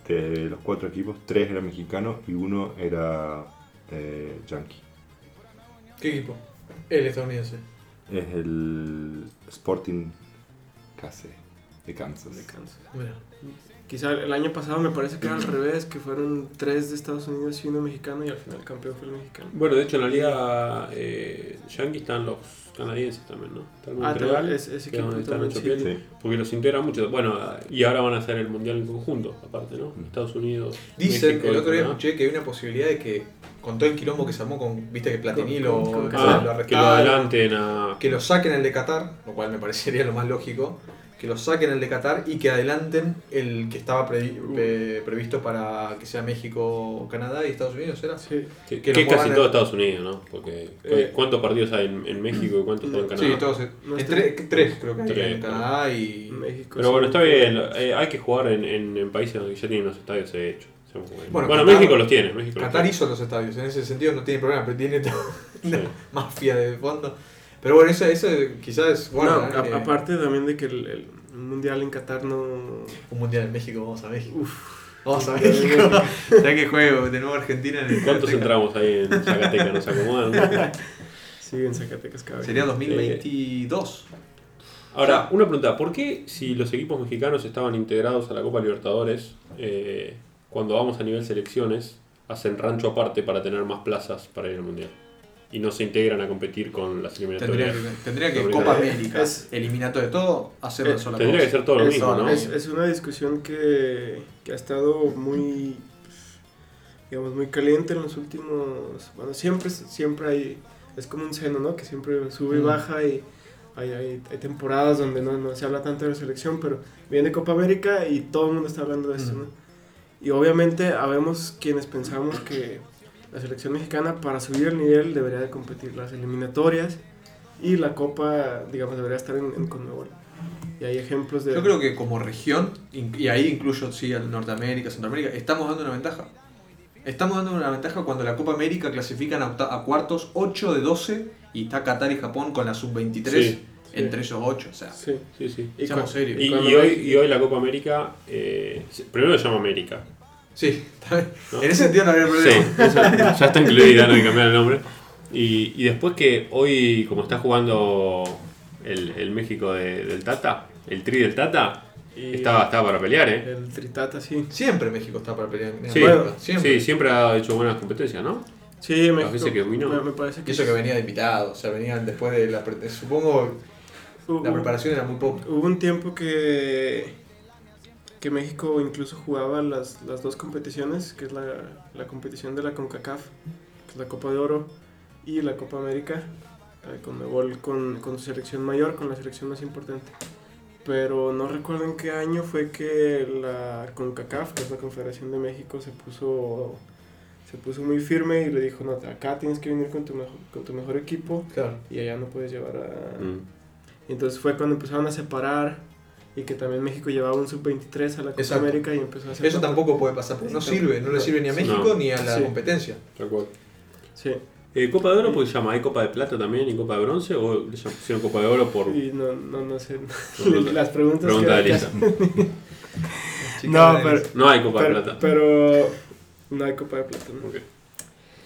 A: de los cuatro equipos, tres eran mexicanos y uno era eh, yankee.
B: ¿Qué equipo? El estadounidense.
A: Es el Sporting Case de Kansas.
E: de Kansas.
B: Mira.
E: Quizá el año pasado me parece que era al revés, que fueron tres de Estados Unidos y uno mexicano y al final el campeón fue el mexicano.
D: Bueno, de hecho en la liga eh, Yankee están los canadienses también, ¿no? Está el
E: Ah,
D: Montreal,
E: también es- ese
D: que
E: equipo
D: es donde está
E: también,
D: Nacho
E: sí.
D: Piatti,
A: Sí.
D: porque los integran mucho. Bueno, y ahora van a hacer el mundial en conjunto, aparte, ¿no? Estados Unidos.
B: Dicen,
D: México,
B: el otro día
D: Canadá.
B: escuché que hay una posibilidad de que, con todo el quilombo que se armó con, viste que Platini
E: Con-
B: lo,
E: con- con-
B: que se
D: Ah, que lo
B: arrestaron,
D: adelanten a.
B: que lo saquen el de Qatar, lo cual me parecería lo más lógico, que lo saquen el de Qatar y que adelanten el que estaba previ-
E: Uh.
B: pre- previsto para que sea México, Canadá y Estados Unidos, ¿era?
E: Sí,
D: Que,
B: que
D: que
B: lo
D: casi
B: juegan
D: todo
B: en-
D: Estados Unidos, ¿no? Porque
B: Eh.
D: ¿cuántos partidos hay en, en México y cuántos hay en Canadá?
B: Sí, todos. eh,
E: No
B: eh,
E: está-
B: tre- tres creo que hay
D: Tres,
B: en Canadá y.
E: México.
D: Pero bueno,
E: sí.
D: está bien, eh, hay que jugar en, en- en países donde ya tienen los estadios hechos.
B: Bueno,
D: Bueno,
B: Qatar-
D: México los tiene. México los
B: Qatar
D: tiene.
B: hizo los estadios, en ese sentido no tiene problema, pero tiene toda una
D: Sí.
B: mafia de fondo. Pero bueno, eso, eso quizás es. Bueno,
E: No,
B: ¿eh?
E: a- aparte también de que el, el mundial en Qatar no.
B: Un mundial en México, vamos a México. Vamos a
E: Mundial en
B: México. ya que juego, de nuevo Argentina en el.
D: ¿Cuántos
B: Azteca.
D: entramos ahí en Zacatecas? Nos acomodan.
E: Sí, en Zacatecas cabe.
B: Sería 2022.
D: Ahora, una pregunta: ¿por qué si los equipos mexicanos estaban integrados a la Copa Libertadores, eh, cuando vamos a nivel selecciones, hacen rancho aparte para tener más plazas para ir al mundial? Y no se integran a competir con las
B: Tendría que,
D: eliminatorias.
B: tendría que
D: Sobre
B: Copa
D: todo.
B: América,
E: Es-
B: eliminatorio de todo, hacer una
E: Eh,
B: sola
D: Tendría
B: cosa.
D: que ser todo lo
E: es,
D: mismo, ¿no?
E: es- es una discusión que, que ha estado muy, pues, digamos, muy caliente en los últimos... Bueno, siempre, siempre hay... Es como un seno, ¿no? Que siempre sube y
B: Mm.
E: baja y hay, hay- hay temporadas donde no, no se habla tanto de la selección, pero viene Copa América y todo el mundo está hablando de esto,
B: Mm.
E: ¿no? Y obviamente habemos quienes pensamos que la selección mexicana para subir el nivel debería de competir las eliminatorias y la Copa, digamos, debería estar en, en Conmebol. Y hay ejemplos de...
B: Yo creo que como región, in- y ahí incluyo sí a Norteamérica, Centroamérica, estamos dando una ventaja. Estamos dando una ventaja cuando la Copa América clasifican a, octa- a cuartos 8 de 12 y está Qatar y Japón con la sub-23
D: Sí,
B: entre esos 8. O sea,
E: Sí.
D: Sí, sí.
E: Y
B: seamos
E: con-
B: serios.
D: Y,
E: Cuando
D: y hoy,
E: hay-
D: y hoy la Copa América, eh, se- primero se llama América.
B: Sí, está bien.
D: ¿No?
B: En ese sentido no habría
D: Sí,
B: problema.
D: eso ya está incluida, no hay que cambiar el nombre. Y, y después que hoy, como está jugando el, el México de- del Tata, el tri del Tata,
E: Y-
D: estaba, estaba para pelear, ¿eh?
E: El Tritata, sí.
B: Siempre México está para pelear. en
D: Sí,
B: América,
D: sí, siempre ha hecho buenas competencias, ¿no?
E: Sí, México.
D: veces que vino.
E: Me, me parece
B: Y
E: que,
B: eso que venía de invitado, o sea, venían después de la. pre- Supongo
E: hubo,
B: la preparación era muy poca.
E: hubo un tiempo que, que México incluso jugaba las, las dos competiciones, que es la, la competición de la CONCACAF, que es la Copa de Oro, y la Copa América, eh, con Mebol, con, con su selección mayor, con la selección más importante. Pero no recuerdo en qué año fue que la CONCACAF, que es la Confederación de México, se puso, se puso muy firme y le dijo, no, acá tienes que venir con tu, mejo- con tu mejor equipo
B: Claro.
E: y allá no puedes llevar a...
D: Mm.
E: Y entonces fue cuando empezaron a separar y que también México llevaba un sub-23 a la Copa
B: Exacto.
E: América y empezó a hacer...
B: Eso tampoco puede pasar, porque no sirve, no le sirve ni a México
D: No.
B: ni a la
E: Sí.
B: competencia.
D: Tal cual.
E: Sí,
D: Eh, ¿Copa de Oro? Pues se llama, ¿hay Copa de Plata también y Copa de Bronce? ¿O le pusieron Copa de Oro por
E: y no, no, no sé.
D: Pregunta-
E: Las preguntas
D: pregunta de
E: que...
D: Lisa?
E: No, pero,
D: No hay Copa de
E: pero,
D: Plata.
E: pero no hay Copa de Plata. ¿no?
D: Ok.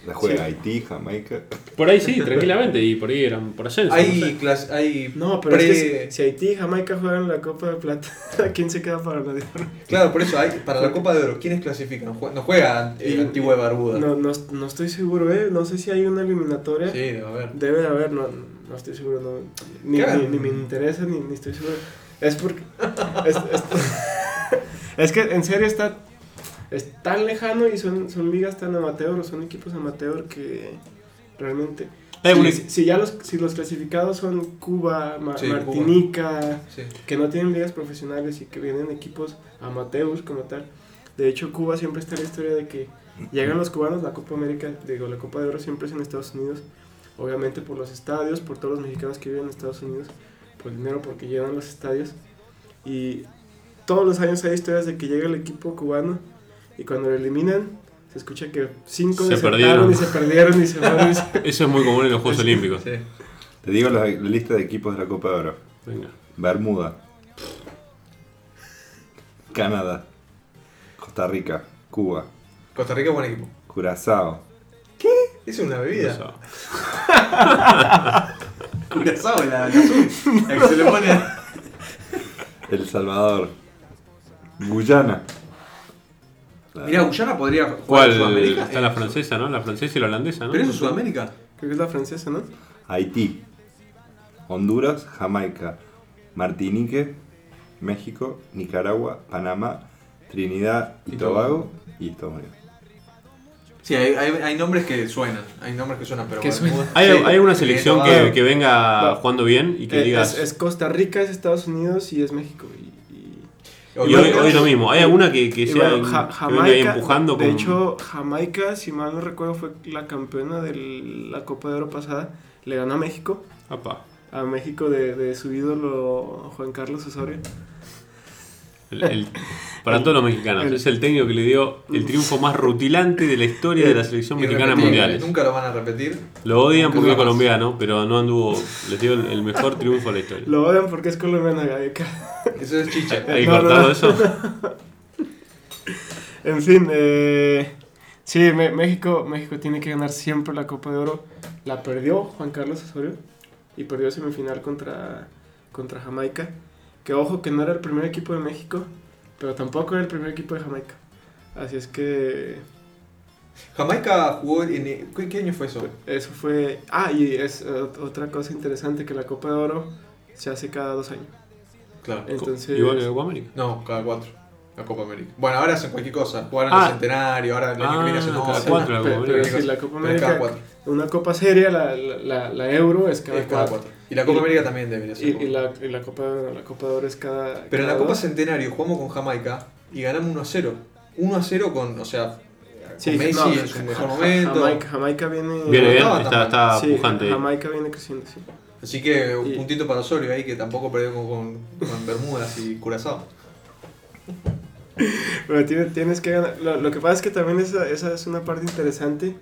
A: La juega
E: Sí.
A: Haití, Jamaica.
D: Por ahí sí, tranquilamente, y por ahí eran por ascenso. no sé.
B: Hay, clas- hay
E: No, pero
B: pre-
E: es que si- si Haití y Jamaica juegan la Copa de Plata, ¿a quién se queda para la de oro?
B: Claro, por eso hay para la Copa de Oro, ¿quiénes clasifican? Jue- No juega Ant- eh, Antigua de Barbuda.
E: No, no, no estoy seguro, ¿eh? No sé si hay una eliminatoria.
B: Sí, debe haber.
E: Debe de haber, no, no estoy seguro, no, ni,
B: Claro.
E: ni, ni me interesa, ni, ni estoy seguro. Es porque... es- es- Es que en serio está es tan lejano y son, son ligas tan amateur o son equipos amateur que realmente...
B: Hay un-
E: Si, si ya los, si los clasificados son Cuba, Ma-
B: Sí, Cuba.
E: Martinica,
B: Sí.
E: que no tienen ligas profesionales y que vienen equipos amateurs como tal. De hecho, Cuba siempre está la historia de que llegan los cubanos, la Copa América, digo, la Copa de Oro siempre es en Estados Unidos, obviamente por los estadios, por todos los mexicanos que viven en Estados Unidos, por el dinero, porque llevan los estadios. Y todos los años hay historias de que llega el equipo cubano y cuando lo eliminan, se escucha que cinco
D: Se
E: desertaron
D: perdieron.
E: y se perdieron y se fueron. y se-
D: Eso es muy común en los Juegos Olímpicos.
B: Sí.
A: Te digo la, la lista de equipos de la Copa de Oro.
D: Venga.
A: Bermuda. Canadá. Costa Rica. Cuba.
B: Costa Rica es buen equipo.
A: Curazao.
B: Es una bebida.
D: Eso.
B: Curazao, la, la azul. La que se le pone.
A: El Salvador. Guyana. La-
B: Mira, Guyana podría jugar
D: ¿Cuál?
B: en Sudamérica.
D: Está
E: eh,
D: la francesa, ¿no? La francesa y la holandesa, ¿no?
B: Pero eso es Sudamérica.
E: Creo que es la francesa, ¿no?
A: Haití. Honduras. Jamaica. Martinique. México. Nicaragua. Panamá. Trinidad y
B: Y
A: Tobago. Y Estados Unidos.
B: Sí, hay, hay, hay nombres que suenan. Hay nombres que suenan, pero
F: Que
B: bueno.
F: suenan.
D: ¿Hay,
B: Sí,
D: hay alguna
B: sí,
D: selección
B: Tobago.
D: que, que venga
E: No.
D: jugando bien y que
E: Eh,
D: digas.
E: es, es Costa Rica, es Estados Unidos y es México. y- y...
D: y hoy, hoy lo mismo. ¿Hay alguna que,
E: Y
D: que sea
E: bueno, Ja-
D: que venga ahí
E: Jamaica,
D: empujando
E: de
D: con-
E: hecho, Jamaica, si mal no recuerdo, fue la campeona de la Copa de Oro pasada. Le ganó a México,
D: Apa,
E: a México de, de su ídolo Juan Carlos Osorio.
D: el- el- para todos los mexicanos,
E: el-
D: es el técnico que le dio el triunco más rutilante de la historia de la selección mexicana en
B: Irrepetible,
D: mundiales.
B: Nunca lo van a repetir.
D: Lo odian porque es
B: Nunca más.
D: colombiano, pero no anduvo. Les dio el, el mejor triunfo de la historia.
E: Lo odian porque es colombiano. güey, acá.
B: Eso es chicha.
D: ¿Hay que
E: No, no,
D: cortarlo
E: no.
D: eso?
E: En fin, eh, sí, Me- México, México tiene que ganar siempre la Copa de Oro. La perdió Juan Carlos Osorio y perdió semifinal contra, contra Jamaica. Que ojo que no era el primer equipo de México, pero tampoco era el primer equipo de Jamaica. Así es que
B: Jamaica jugó en. ¿Qué, qué año fue eso?
E: Eso fue. Ah, y es eh, otra cosa interesante que la Copa de Oro se hace cada dos años.
B: Claro.
E: Entonces.
D: Igual que
B: eh,
D: la Copa América.
B: No, cada cuatro. La Copa América. Bueno, ahora hacen cualquier cosa. Jugaron
D: Ah.
B: el centenario, ahora el año que viene
D: Ah,
B: hacen
D: cada
B: otra.
D: cuatro la
E: Pe-
D: Copa
E: pero
D: América.
E: sí, la Copa
B: Pero es cada
E: América,
B: cuatro.
E: una Copa seria, la, la, la- la Euro es cada
B: Es cada
E: cuatro.
B: cuatro. Y la Copa
E: Y-
B: América también debería ser.
E: Y,
B: como-
E: y la, y la Copa, la Copa de Oro es cada.
B: Pero en la
E: cada
B: Copa
E: dos.
B: Centenario jugamos con Jamaica y ganamos 1 a 0. 1 a 0 con, o sea,
E: Sí,
B: con Messi
E: no,
B: en su mejor
E: Ja-
B: momento.
E: Jamaica, Jamaica viene.
D: Viene bien,
B: estaba tan
D: está,
B: mal.
D: está
E: sí,
D: pujante.
E: Jamaica viene creciendo, sí.
B: Así que un
E: Y-
B: puntito para Osorio ahí que tampoco perdió con, con, con Bermudas y Curazao.
E: Pero tiene- tienes que ganar. Lo, lo que pasa es que también esa, esa es una parte interesante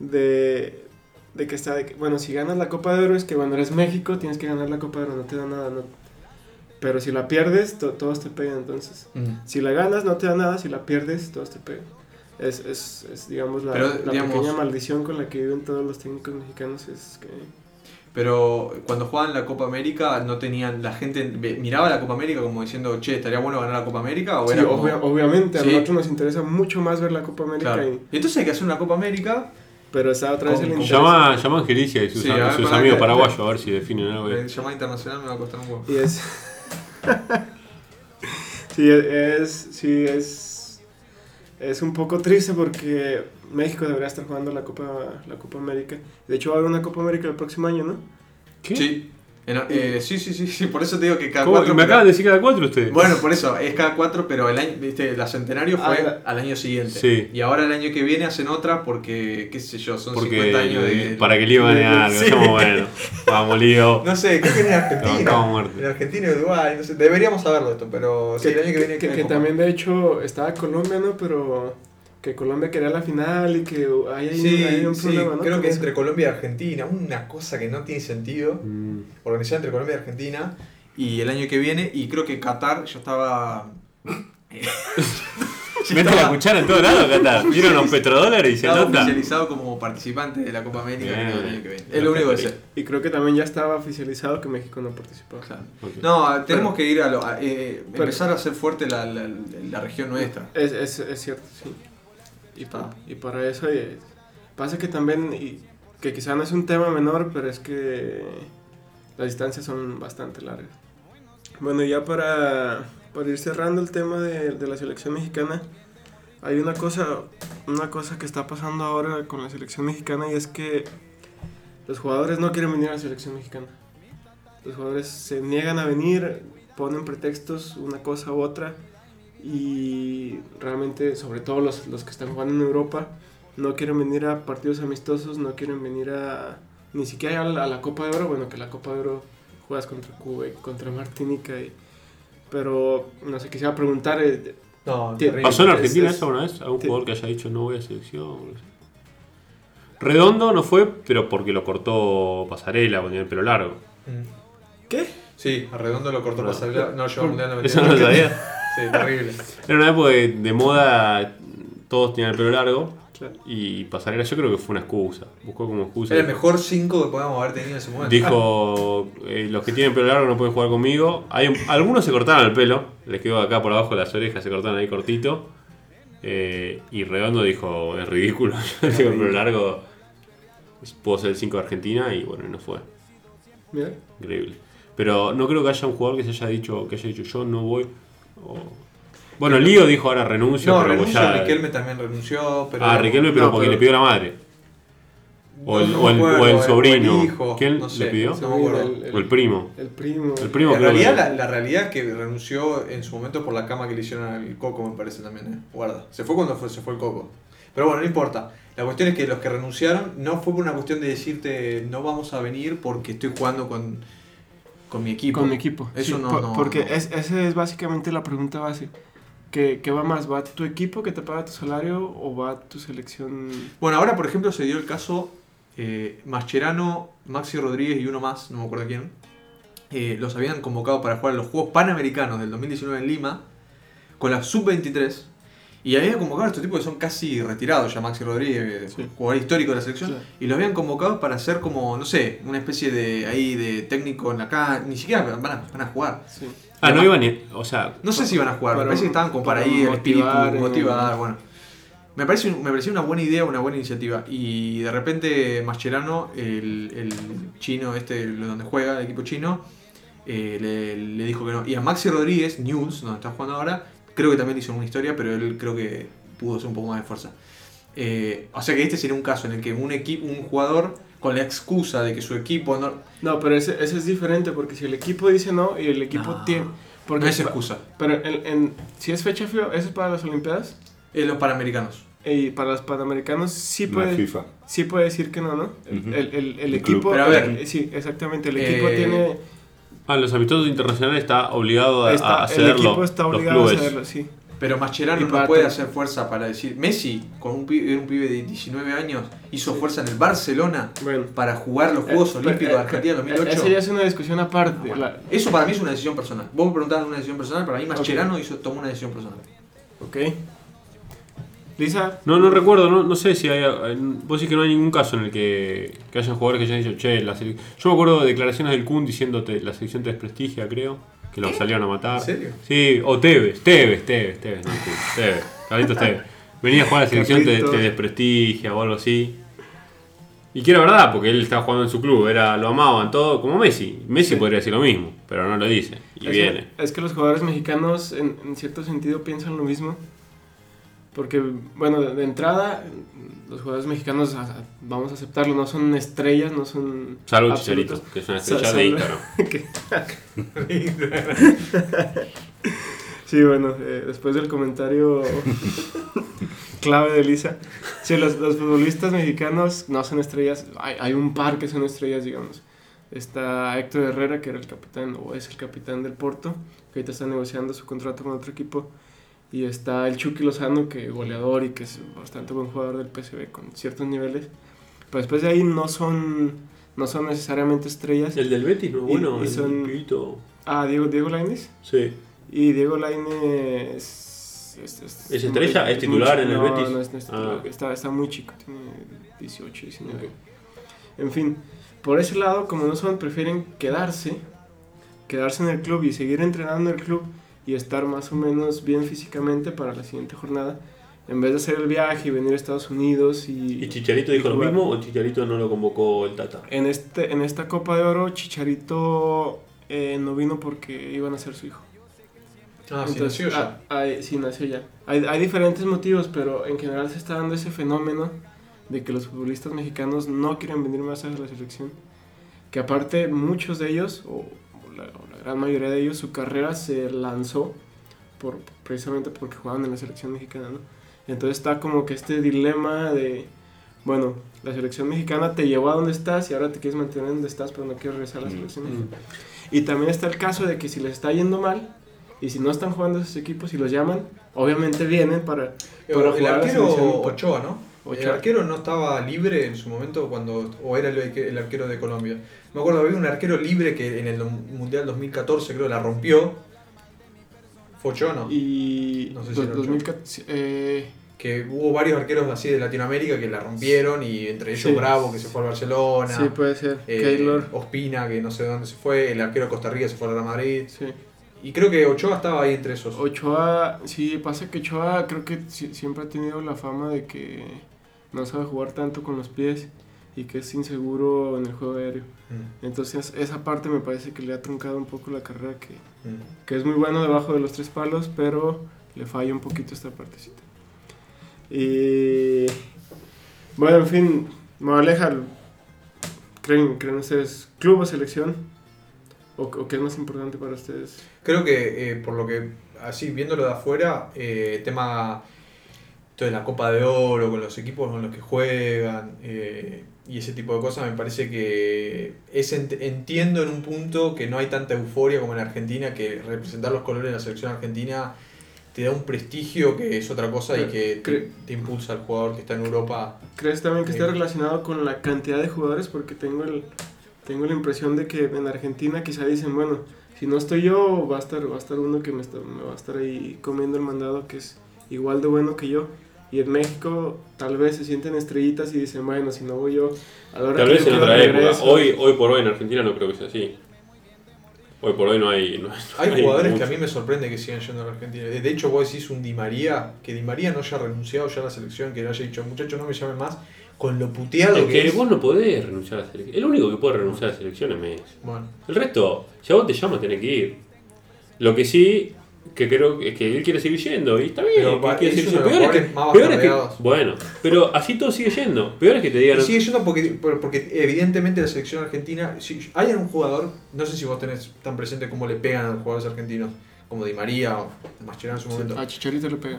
E: de, de que está. de que, bueno, si ganas la Copa de Oro es que cuando eres México tienes que ganar la Copa de Oro, no te da nada. no- Pero si la pierdes, to- todos te pegan. Entonces, si la ganas, no te da nada. Si la pierdes, todos te pegan. Es, es, es, digamos, la,
B: Pero,
E: la
B: digamos-
E: pequeña maldición con la que viven todos los técnicos mexicanos. Es que.
B: Pero cuando jugaban la Copa América no tenían, la gente ve- miraba la Copa América como diciendo, che, estaría Ah, bueno ganar la Copa América o
E: Sí,
B: era como-
E: obvia- obviamente, a
B: Sí.
E: nosotros nos interesa mucho más ver la Copa América.
B: Claro.
E: y-
B: Y entonces hay que hacer una Copa América.
E: pero está otra vez
B: Con-
E: el
B: con-
E: interés.
D: Llama, llama a Angelicia y sus,
B: Sí, a ver,
D: sus
B: pará,
D: amigos
B: que-
D: paraguayos a ver si definen algo. ahí.
B: El llamado eh, internacional me va a costar un huevo.
E: Y es. sí, es. Sí, es. Es un poco triste porque México debería estar jugando la Copa, la Copa América. De hecho, va a haber una Copa América el próximo año, ¿no?
D: ¿Qué?
B: Sí. En- eh, sí, sí, sí, sí, por eso te digo que cada
D: ¿Cómo?
B: cuatro...
D: ¿Me
B: pero-
D: acaban de decir cada cuatro ustedes?
B: Bueno, por eso, es cada cuatro, pero el año, viste, la centenario fue
E: Ah, la-
B: al año siguiente.
D: Sí.
B: Y ahora el año que viene hacen otra porque, qué sé yo, son
D: Porque
B: 50 años de.
D: para que Lío gane algo,
B: Sí.
D: estamos bueno. Vamos, Lío.
B: No sé, creo que en
D: Estamos
B: Argentina.
D: muertos.
B: en Argentina y Uruguay, no sé, deberíamos saberlo esto, pero sí, el año que viene.
E: que,
B: hay
E: que
B: Copa.
E: también, de hecho, estaba Colombia, ¿no? Pero que Colombia quería la final y que hay, hay
B: Sí,
E: un- hay un
B: sí,
E: problema, ¿no?
B: creo
E: Con
B: que
E: eso.
B: entre Colombia y Argentina, una cosa que no tiene sentido,
D: Mm.
B: organizada entre Colombia y Argentina, y el año que viene, y creo que Qatar ya estaba... ya
D: Mete la
B: estaba-
D: cuchara en todos lados, Catar. Vieron los petrodólares y se
B: Estaba
D: nota.
B: oficializado como participante de la Copa América
D: Bien.
B: el año que viene. Es lo único que sé.
E: Y creo que también ya estaba oficializado que México no participó.
B: Claro.
D: Ok.
B: No, tenemos que ir a, lo, a, eh,
E: Pero-
B: empezar a hacer fuerte la, la, la región nuestra.
E: Es, es, es cierto, sí. Y, pa- y para eso eh, pasa que también, y que quizá no es un tema menor, pero es que las distancias son bastante largas. Bueno, ya para para ir cerrando el tema de, de la selección mexicana, hay una cosa, una cosa que está pasando ahora con la selección mexicana y es que los jugadores no quieren venir a la selección mexicana. Los jugadores se niegan a venir, ponen pretextos, una cosa u otra, y realmente, sobre todo los, los que están jugando en Europa, no quieren venir a partidos amistosos, no quieren venir a ni siquiera a la, a la Copa de Oro, bueno, que la Copa de Oro juegas contra Cuba y contra Martinica, y- pero no sé, quisiera preguntar, eh,
B: No,
E: Tío,
B: terrible.
D: ¿Pasó en
E: es-
D: Argentina
E: es-
D: eso alguna vez? ¿Algún
E: te-
D: jugador que haya dicho no voy a selección? Redondo no fue, pero porque lo cortó Pasarela, tenía el pelo largo.
B: Mm.
E: ¿qué?
B: Sí, a Redondo lo cortó
D: No.
B: Pasarela. No, yo a Mundial no me
D: Eso no lo sabía.
B: Sí, terrible.
D: Era una época de, de moda, todos tenían el pelo largo.
E: Claro.
D: Y Pasarela yo creo que fue una excusa. Buscó como excusa.
B: Era el mejor 5 que podíamos haber tenido en ese momento.
D: Dijo, eh, los que tienen pelo largo no pueden jugar conmigo. Hay, un- algunos se cortaron el pelo, les quedó acá por abajo las orejas, se cortaron ahí cortito. Eh, y Redondo dijo, es ridículo, yo tengo el pelo largo, puedo ser el 5 de Argentina y bueno, no fue.
E: Mira,
D: Increíble. Pero no creo que haya un jugador que se haya dicho, que haya dicho yo no voy. o- Bueno, Lío dijo ahora renuncio,
B: No,
D: pero
B: renunció,
D: ya-
B: Riquelme también renunció. Pero
D: ah, Riquelme, pero
E: No,
D: porque
E: pero-
D: le pidió la madre. O el,
B: No
D: o el-
B: me
D: o el
B: acuerdo,
D: sobrino.
B: hijo,
D: ¿Quién
B: no
D: le
B: sé,
D: pidió?
B: No me acuerdo.
E: El-
D: O el primo.
E: el primo.
D: El primo
B: en
D: creo que-
B: realidad, la, la realidad es que renunció en su momento por la cama que le hicieron al Coco, me parece también. eh. Guarda, se fue cuando fue- se fue el Coco. Pero bueno, no importa. La cuestión es que los que renunciaron no fue por una cuestión de decirte no vamos a venir porque estoy jugando con, con mi equipo.
E: Con mi equipo.
B: Eso
E: Sí,
B: no,
E: por-
B: no-
E: Porque
B: no.
E: es- esa es básicamente la pregunta base. ¿Qué, ¿Qué va más? ¿Va tu equipo que te paga tu salario o va tu selección?
B: Bueno, ahora por ejemplo se dio el caso eh, Mascherano, Maxi Rodríguez y uno más, no me acuerdo quién, eh, los habían convocado para jugar los Juegos Panamericanos del 2019 en Lima con la Sub-23 y habían convocado a estos tipos que son casi retirados ya, Maxi Rodríguez, eh,
E: Sí.
B: jugador histórico de la selección,
E: Sí.
B: y los habían convocado para ser como, no sé, una especie de ahí de técnico en la cancha, ni siquiera van a, van a jugar.
E: Sí.
D: Ah, no iban ni. O sea,
B: No sé si iban a jugar, me
E: Para-
B: parece que estaban como para,
E: para
B: ahí, el espíritu,
E: motivar, eh.
B: motivar, bueno. Me, parece, me pareció una buena idea, una buena iniciativa. Y de repente Mascherano, el, el chino este, el- donde juega, el equipo chino, eh, le, le dijo que no. Y a Maxi Rodríguez, News, donde está jugando ahora, creo que también le hizo una historia, pero él creo que pudo hacer un poco más de fuerza. Eh, o sea que este sería un caso en el que un, equipo, un jugador, con la excusa de que su equipo no,
E: No, pero ese, ese es diferente porque si el equipo dice no y el equipo
B: No.
E: tiene... Porque
B: no es excusa,
E: Pero en, en- si es fecha frío, eso es para las Olimpiadas.
B: es los panamericanos.
E: Y para los Panamericanos sí
A: la
E: puede,
A: FIFA.
E: sí puede decir que no, ¿no?
A: Ujú.
E: El, el- el
A: El club.
E: equipo...
B: Pero a ver.
E: el- sí, exactamente. El
B: Eh,
E: equipo tiene...
D: ah, los amistosos internacionales está obligado a, a
E: está- el
D: hacerlo.
E: equipo está
D: los
E: obligado a
D: clubes.
E: hacerlo, sí.
B: Pero
E: Y
B: Mascherano no
E: para
B: puede
E: todo.
B: hacer fuerza para decir. Messi, con un pibe, un pibe de 19 años, hizo fuerza en el Barcelona
E: Bueno.
B: para jugar los Juegos
E: Eh,
B: Olímpicos
E: eh,
B: de Argentina
E: eh,
B: 2008.
E: Esa ya es una discusión aparte.
B: Ah, Bueno,
E: la-
B: Eso para mí es una decisión personal. Vos me preguntabas una decisión personal, para mí Mascherano hizo, tomó una decisión personal.
E: Ok. Lisa,
D: No, no recuerdo, no, no sé si hay. eh, Vos decís que no hay ningún caso en el que, que haya jugadores que hayan dicho, che, la sele-". Yo me acuerdo de declaraciones del Kun diciéndote la selección te desprestigia, creo, que lo salieron a matar.
B: ¿En serio?
D: Sí, o Tevez, Tevez, Tevez, Tevez, no el Kun, Tevez, Carlitos Tevez. Venía a jugar a la selección, te,
E: Carlitos.
D: te desprestigia o algo así. Y que era verdad, porque él estaba jugando en su club, era, lo amaban todo, como Messi. Messi podría decir lo mismo, pero no lo dice. Y
E: es,
D: viene.
E: Que, es que los jugadores mexicanos en, en cierto sentido piensan lo mismo. Porque, bueno, de, de entrada, los jugadores mexicanos, a- a- vamos a aceptarlo, no son estrellas, no son...
D: Salvo
E: absolutos.
D: Chicharito, que es una
E: Sa-
D: estrella de
E: salvo-
D: Instagram.
E: Sí, bueno, eh, después del comentario clave de Lisa. Sí, los, los futbolistas mexicanos no son estrellas. Hay, hay un par que son estrellas, digamos. Está Héctor Herrera, que era el capitán, o es el capitán del Porto, que ahorita está negociando su contrato con otro equipo. Y está el Chucky Lozano, que goleador y que es bastante buen jugador del PSV con ciertos niveles. Pero después de ahí no son, no son necesariamente estrellas.
D: El del Betis no es
E: Y-
D: bueno,
E: y
D: el
E: son-
D: pibito.
E: Ah, Diego, Diego Lainez.
D: Sí.
E: Y Diego Lainez. ¿Es,
D: ¿Es estrella? ¿Es
E: muy
D: titular
E: chico.
D: en el
E: No,
D: Betis?
E: No, es, no es titular.
D: Ah.
E: Está, está muy chico, tiene 18, 19.
D: Ok.
E: En fin, por ese lado, como no son, prefieren quedarse, quedarse en el club y seguir entrenando en el club y estar más o menos bien físicamente para la siguiente jornada, en vez de hacer el viaje y venir a Estados Unidos
D: ¿Y Chicharito dijo lo
E: Igual.
D: mismo o Chicharito no lo convocó el Tata?
E: En, este, en esta Copa de Oro, Chicharito eh, no vino porque iban a ser su hijo.
B: Ah, sí,
E: Entonces,
B: nació ya.
E: ah, hay- sí, nació ya. Hay, hay diferentes motivos, pero en general se está dando ese fenómeno de que los futbolistas mexicanos no quieren venir más a la selección. Que aparte muchos de ellos, o la, o la gran mayoría de ellos, su carrera se lanzó por, precisamente porque jugaban en la selección mexicana, ¿no? Entonces está como que este dilema de, bueno, la selección mexicana te llevó a donde estás y ahora te quieres mantener donde estás, pero no quieres regresar a la
A: Mm.
E: selección mexicana. Y también está el caso de que si les está yendo mal y si no están jugando esos equipos y los llaman, obviamente vienen para... para
B: el
E: jugar a la selección.
B: arquero Ochoa, ¿no? El
E: Ochoa.
B: arquero no estaba libre en su momento cuando o era el, el arquero de Colombia. Me acuerdo había un arquero libre que en el mundial 2014 creo la rompió. Fue Ochoa, ¿no?
E: Y
B: No sé si
E: dos-
B: era Ochoa.
E: 2014, eh,
B: Que hubo varios arqueros así de Latinoamérica que la rompieron y entre ellos
E: Sí.
B: Bravo que se fue al Barcelona.
E: sí, puede ser.
B: eh,
E: Keylor.
B: Ospina que no sé dónde se fue. El arquero de Costa Rica se fue al Real Madrid.
E: Sí.
B: Y creo que Ochoa estaba ahí entre esos.
E: Ochoa, sí, pasa que Ochoa creo que si- siempre ha tenido la fama de que no sabe jugar tanto con los pies y que es inseguro en el juego aéreo.
B: Mm,
E: Entonces esa parte me parece que le ha truncado un poco la carrera, que,
B: mm.
E: que es muy bueno debajo de los tres palos, pero le falla un poquito esta partecita. Y bueno, en fin, Moraleja, ¿creen, ¿creen ustedes club o selección? ¿O, o qué es más importante para ustedes?
B: Creo que eh, por lo que, así viéndolo de afuera, eh, tema todo de la Copa de Oro, con los equipos con los que juegan eh, y ese tipo de cosas, me parece que es ent- entiendo en un punto que no hay tanta euforia como en Argentina, que representar los colores de la selección argentina te da un prestigio que es otra cosa y
E: Cre-
B: que te,
E: cre-
B: te impulsa al jugador que está en Europa.
E: ¿Crees también que esté
B: Sí.
E: relacionado con la cantidad de jugadores? Porque tengo, el, tengo la impresión de que en Argentina quizá dicen, bueno, si no estoy yo, va a estar, va a estar uno que me, está- me va a estar ahí comiendo el mandado que es igual de bueno que yo. Y en México tal vez se sienten estrellitas y dicen, bueno, si no voy yo, a la hora
D: Tal
E: que
D: vez
E: yo
D: en
E: quiera,
D: otra época.
E: regreso".
D: Hoy, hoy por hoy en Argentina no creo que sea así. Hoy por hoy no hay. no- no
B: Hay jugadores que
D: mucho.
B: a mí me sorprende que sigan yendo a la Argentina. De hecho, vos decís un Di María, que Di María no haya renunciado ya a la selección, que le haya dicho, muchachos, no me llamen más, con lo puteado
D: Es
B: que,
D: que
B: es.
D: vos no podés renunciar a la selección. El único que puede renunciar a la selección es Messi.
B: Bueno,
D: El resto, si a vos te llaman, tenés que ir. Lo que sí, que creo que- que él quiere seguir yendo, y está bien.
B: Pero
D: que
B: pa-
D: quiere
B: es
D: seguir
B: uno de
D: yendo.
B: los
D: Peor es que-
B: jugadores más
D: peor es que-
B: bastardeados.
D: Bueno, pero así todo sigue yendo. Peor es que te digan.
B: y sigue yendo porque, por- porque evidentemente la selección argentina, si hay algún jugador, no sé si vos tenés tan presente cómo le pegan a los jugadores argentinos, como Di María o Mascherano en su momento,
D: Ah.
E: A Chicharito le pega.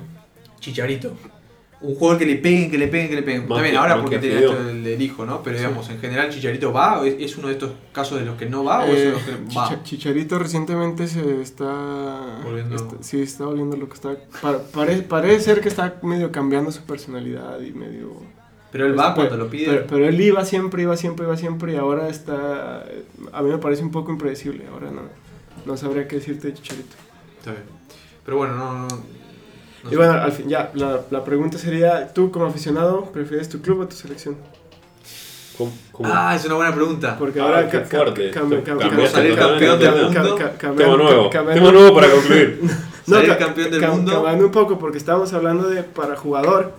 B: Chicharito. Un jugador que le peguen, que le peguen, que le peguen.
D: Más
B: Está bien,
D: que-
B: ahora
D: más
B: porque
D: que
B: tenés
D: Fideo.
B: esto del, del hijo, ¿no? Pero digamos, en general Chicharito va, ¿O es, es uno de estos casos de los que no va Ah, o es
E: Eh,
B: uno de los que va.
E: Chicha- Chicharito recientemente se está.
B: Volviendo-
E: está- sí, está volviendo lo que está. pa- pare- parece ser que está medio cambiando su personalidad y medio.
B: Pero él va
D: Pues,
E: Pero-
B: cuando lo pide.
E: Este, Pero, pero él iba siempre, iba siempre, iba siempre y ahora está... A mí me parece un poco impredecible, ahora no, no sabría qué decirte, Chicharito.
B: Está bien. Pero bueno, no, no. no
E: Y
B: sé.
E: bueno, al fin, ya, la, la pregunta sería, tú como aficionado, ¿prefieres tu club o tu selección?
D: ¿Cómo- cómo?
B: Ah, es una buena pregunta.
E: Porque
D: Ah,
E: ahora
D: qué
E: ca- ca-
D: fuerte.
E: cambia-
D: Te
E: cambia-
D: cambiaste
E: cambia-
D: totalmente
E: cambia-
D: el tema.
E: cambia- ca- cambia-
D: Tema nuevo.
E: cambia-
D: Tema nuevo para concluir.
E: No,
B: Salir
E: ca-
B: campeón del
E: ca-
B: mundo.
E: Cambiando un poco, porque estábamos hablando de para jugador,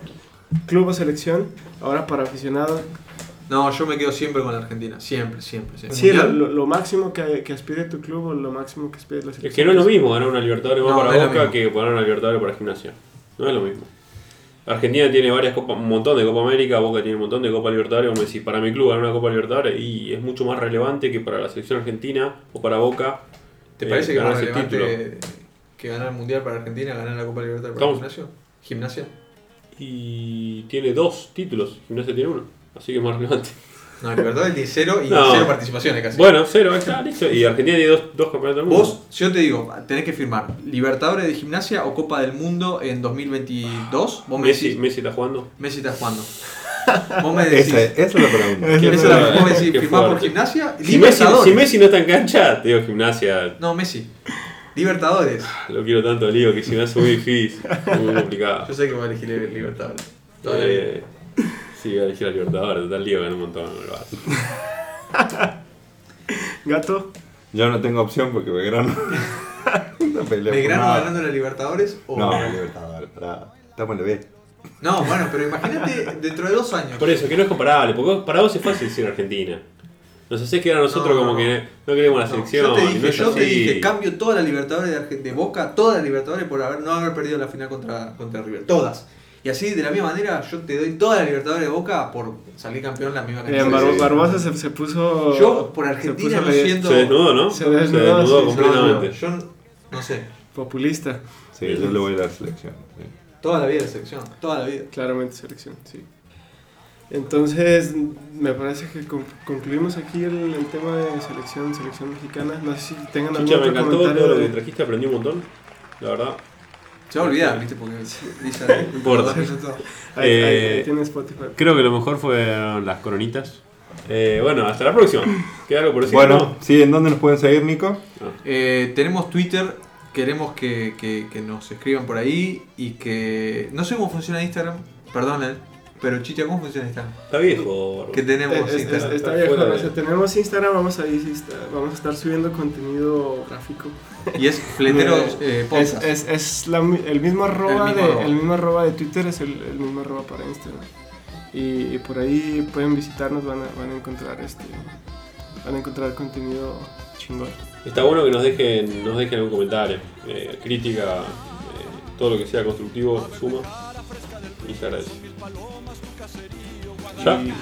E: club o selección, ahora para aficionado.
B: No, yo me quedo siempre con la Argentina. Siempre, siempre. siempre.
E: Sí, lo,
B: Mundial,
E: lo- lo máximo que, que aspire tu club o lo máximo que aspire la selección.
D: Es que no es lo mismo ganar una Libertadores más
B: No, no es
D: para
B: lo
D: Boca
B: mismo.
D: que ganar una Libertadores para Gimnasia. No es lo mismo. Argentina tiene varias copas, un montón de Copa América, Boca tiene un montón de Copa Libertadores. Como decís, para mi club ganar una Copa Libertadores y es mucho más relevante que para la selección argentina o para Boca.
B: ¿Te
D: eh,
B: parece que es
D: ganar
B: más
D: ese título.
B: relevante que ganar el mundial para Argentina, ganar la Copa Libertad para
D: Estamos-
B: Gimnasia? ¿Gimnasia?
D: Y tiene dos títulos, Gimnasia tiene uno, así que es más relevante.
B: No, Libertadores tiene cero y
D: No.
B: cero participaciones casi.
D: Bueno, cero, ahí está, listo. Y Argentina tiene dos, dos campeonatos del mundo.
B: Vos, yo te digo, tenés que firmar Libertadores de Gimnasia o Copa del Mundo en 2022. Vos me
D: Messi,
B: decís,
D: Messi está jugando.
B: Messi está jugando. Vos me decís,
A: Esa, esa es la pregunta.
B: ¿querés
E: Esa es
B: la-
D: la-
B: vos me decís,
D: Qué
B: firmá por
D: fuerte.
B: Gimnasia?
D: Si Messi, si
B: Libertadores.
D: Messi no está en cancha, te digo Gimnasia
B: No, Messi. Libertadores.
D: Lo quiero tanto al lío que si me hace muy difícil, muy complicado.
B: Yo sé que va a elegir el Libertadores. Toda la vida.
D: Eh, sí, voy a elegir a Libertadores, total lío ganó un montón el Barça.
E: Gato,
A: Yo no tengo opción porque Belgrano. no pelea por
B: ¿Belgrano
A: nada.
B: ganando Oh. la Libertadores o.?
A: No, Libertadores, pará. Estamos en la B.
B: No, bueno, pero imagínate dentro de dos años.
D: Por eso, que no es comparable, porque vos- para vos es fácil decir Argentina. Nos hace quedar a nosotros
B: No,
D: como
B: no.
D: que no queremos la
B: No,
D: selección.
B: yo te dije,
D: no es
B: yo te
D: así.
B: dije, cambio todas las Libertadores de, Arge- de Boca, todas las Libertadores por haber, no haber perdido la final contra, contra River. Todas. Y así, de la misma manera, yo te doy todas las Libertadores de Boca por salir campeón la misma
E: Bien,
B: cantidad.
A: Barbo-
E: eh, Barbosa se, se puso.
B: yo por
E: se
B: Argentina
E: puso
B: lo
E: re-
B: siento.
D: Se desnudó, ¿no?
E: Se desnudó, sí, sí,
D: completamente.
B: Yo no- no sé,
E: Populista,
A: Sí, yo le voy a la selección. sí.
B: toda la vida de selección, toda la vida.
E: claramente selección, sí. Entonces, me parece que con- concluimos aquí el, el tema de selección, selección mexicana. No sé si tengan algún
D: Chicha, me
E: otro
D: encantó todo
E: comentario.
D: lo que
E: de-
D: trajiste, aprendí un montón. La verdad.
B: Se va a olvidar, ¿viste? Porque Lisa.
D: importa.
E: Ahí, ahí- ahí
D: Eh,
E: tiene Spotify.
D: Creo que lo mejor fueron las coronitas. Eh, bueno, hasta la próxima. ¿Queda algo por decir?
A: Bueno, sí, ¿en dónde nos pueden seguir, Nico?
D: No. Ah.
B: Eh, tenemos Twitter, queremos que, que- que nos escriban por ahí y que. No sé cómo funciona Instagram, perdonen, pero chicha, ¿cómo funciona Instagram?
D: Está viejo. Barba.
B: Que tenemos
E: Eh, Es- es-
B: Instagram.
E: está
D: Está
E: bien,
D: fuera
E: Jorge.
D: de-
E: Tenemos Instagram, vamos a, ir- insta- vamos a estar subiendo contenido gráfico.
B: Y es fletero eh,
E: Es,
B: podcast.
E: es, es la mi- el mismo arroba
B: El mismo
E: de,
B: arroba.
E: el mismo arroba de Twitter es el, el mismo arroba para Instagram. Y, y por ahí pueden visitarnos, van a, van a encontrar este van a encontrar contenido chingón.
D: Está bueno que nos dejen, nos dejen algún comentario, eh, crítica, eh, todo lo que sea constructivo suma y se agradece. Ya,
E: Y,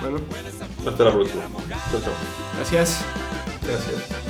E: bueno,
D: hasta la próxima. Chao, chao.
E: gracias.
B: Gracias.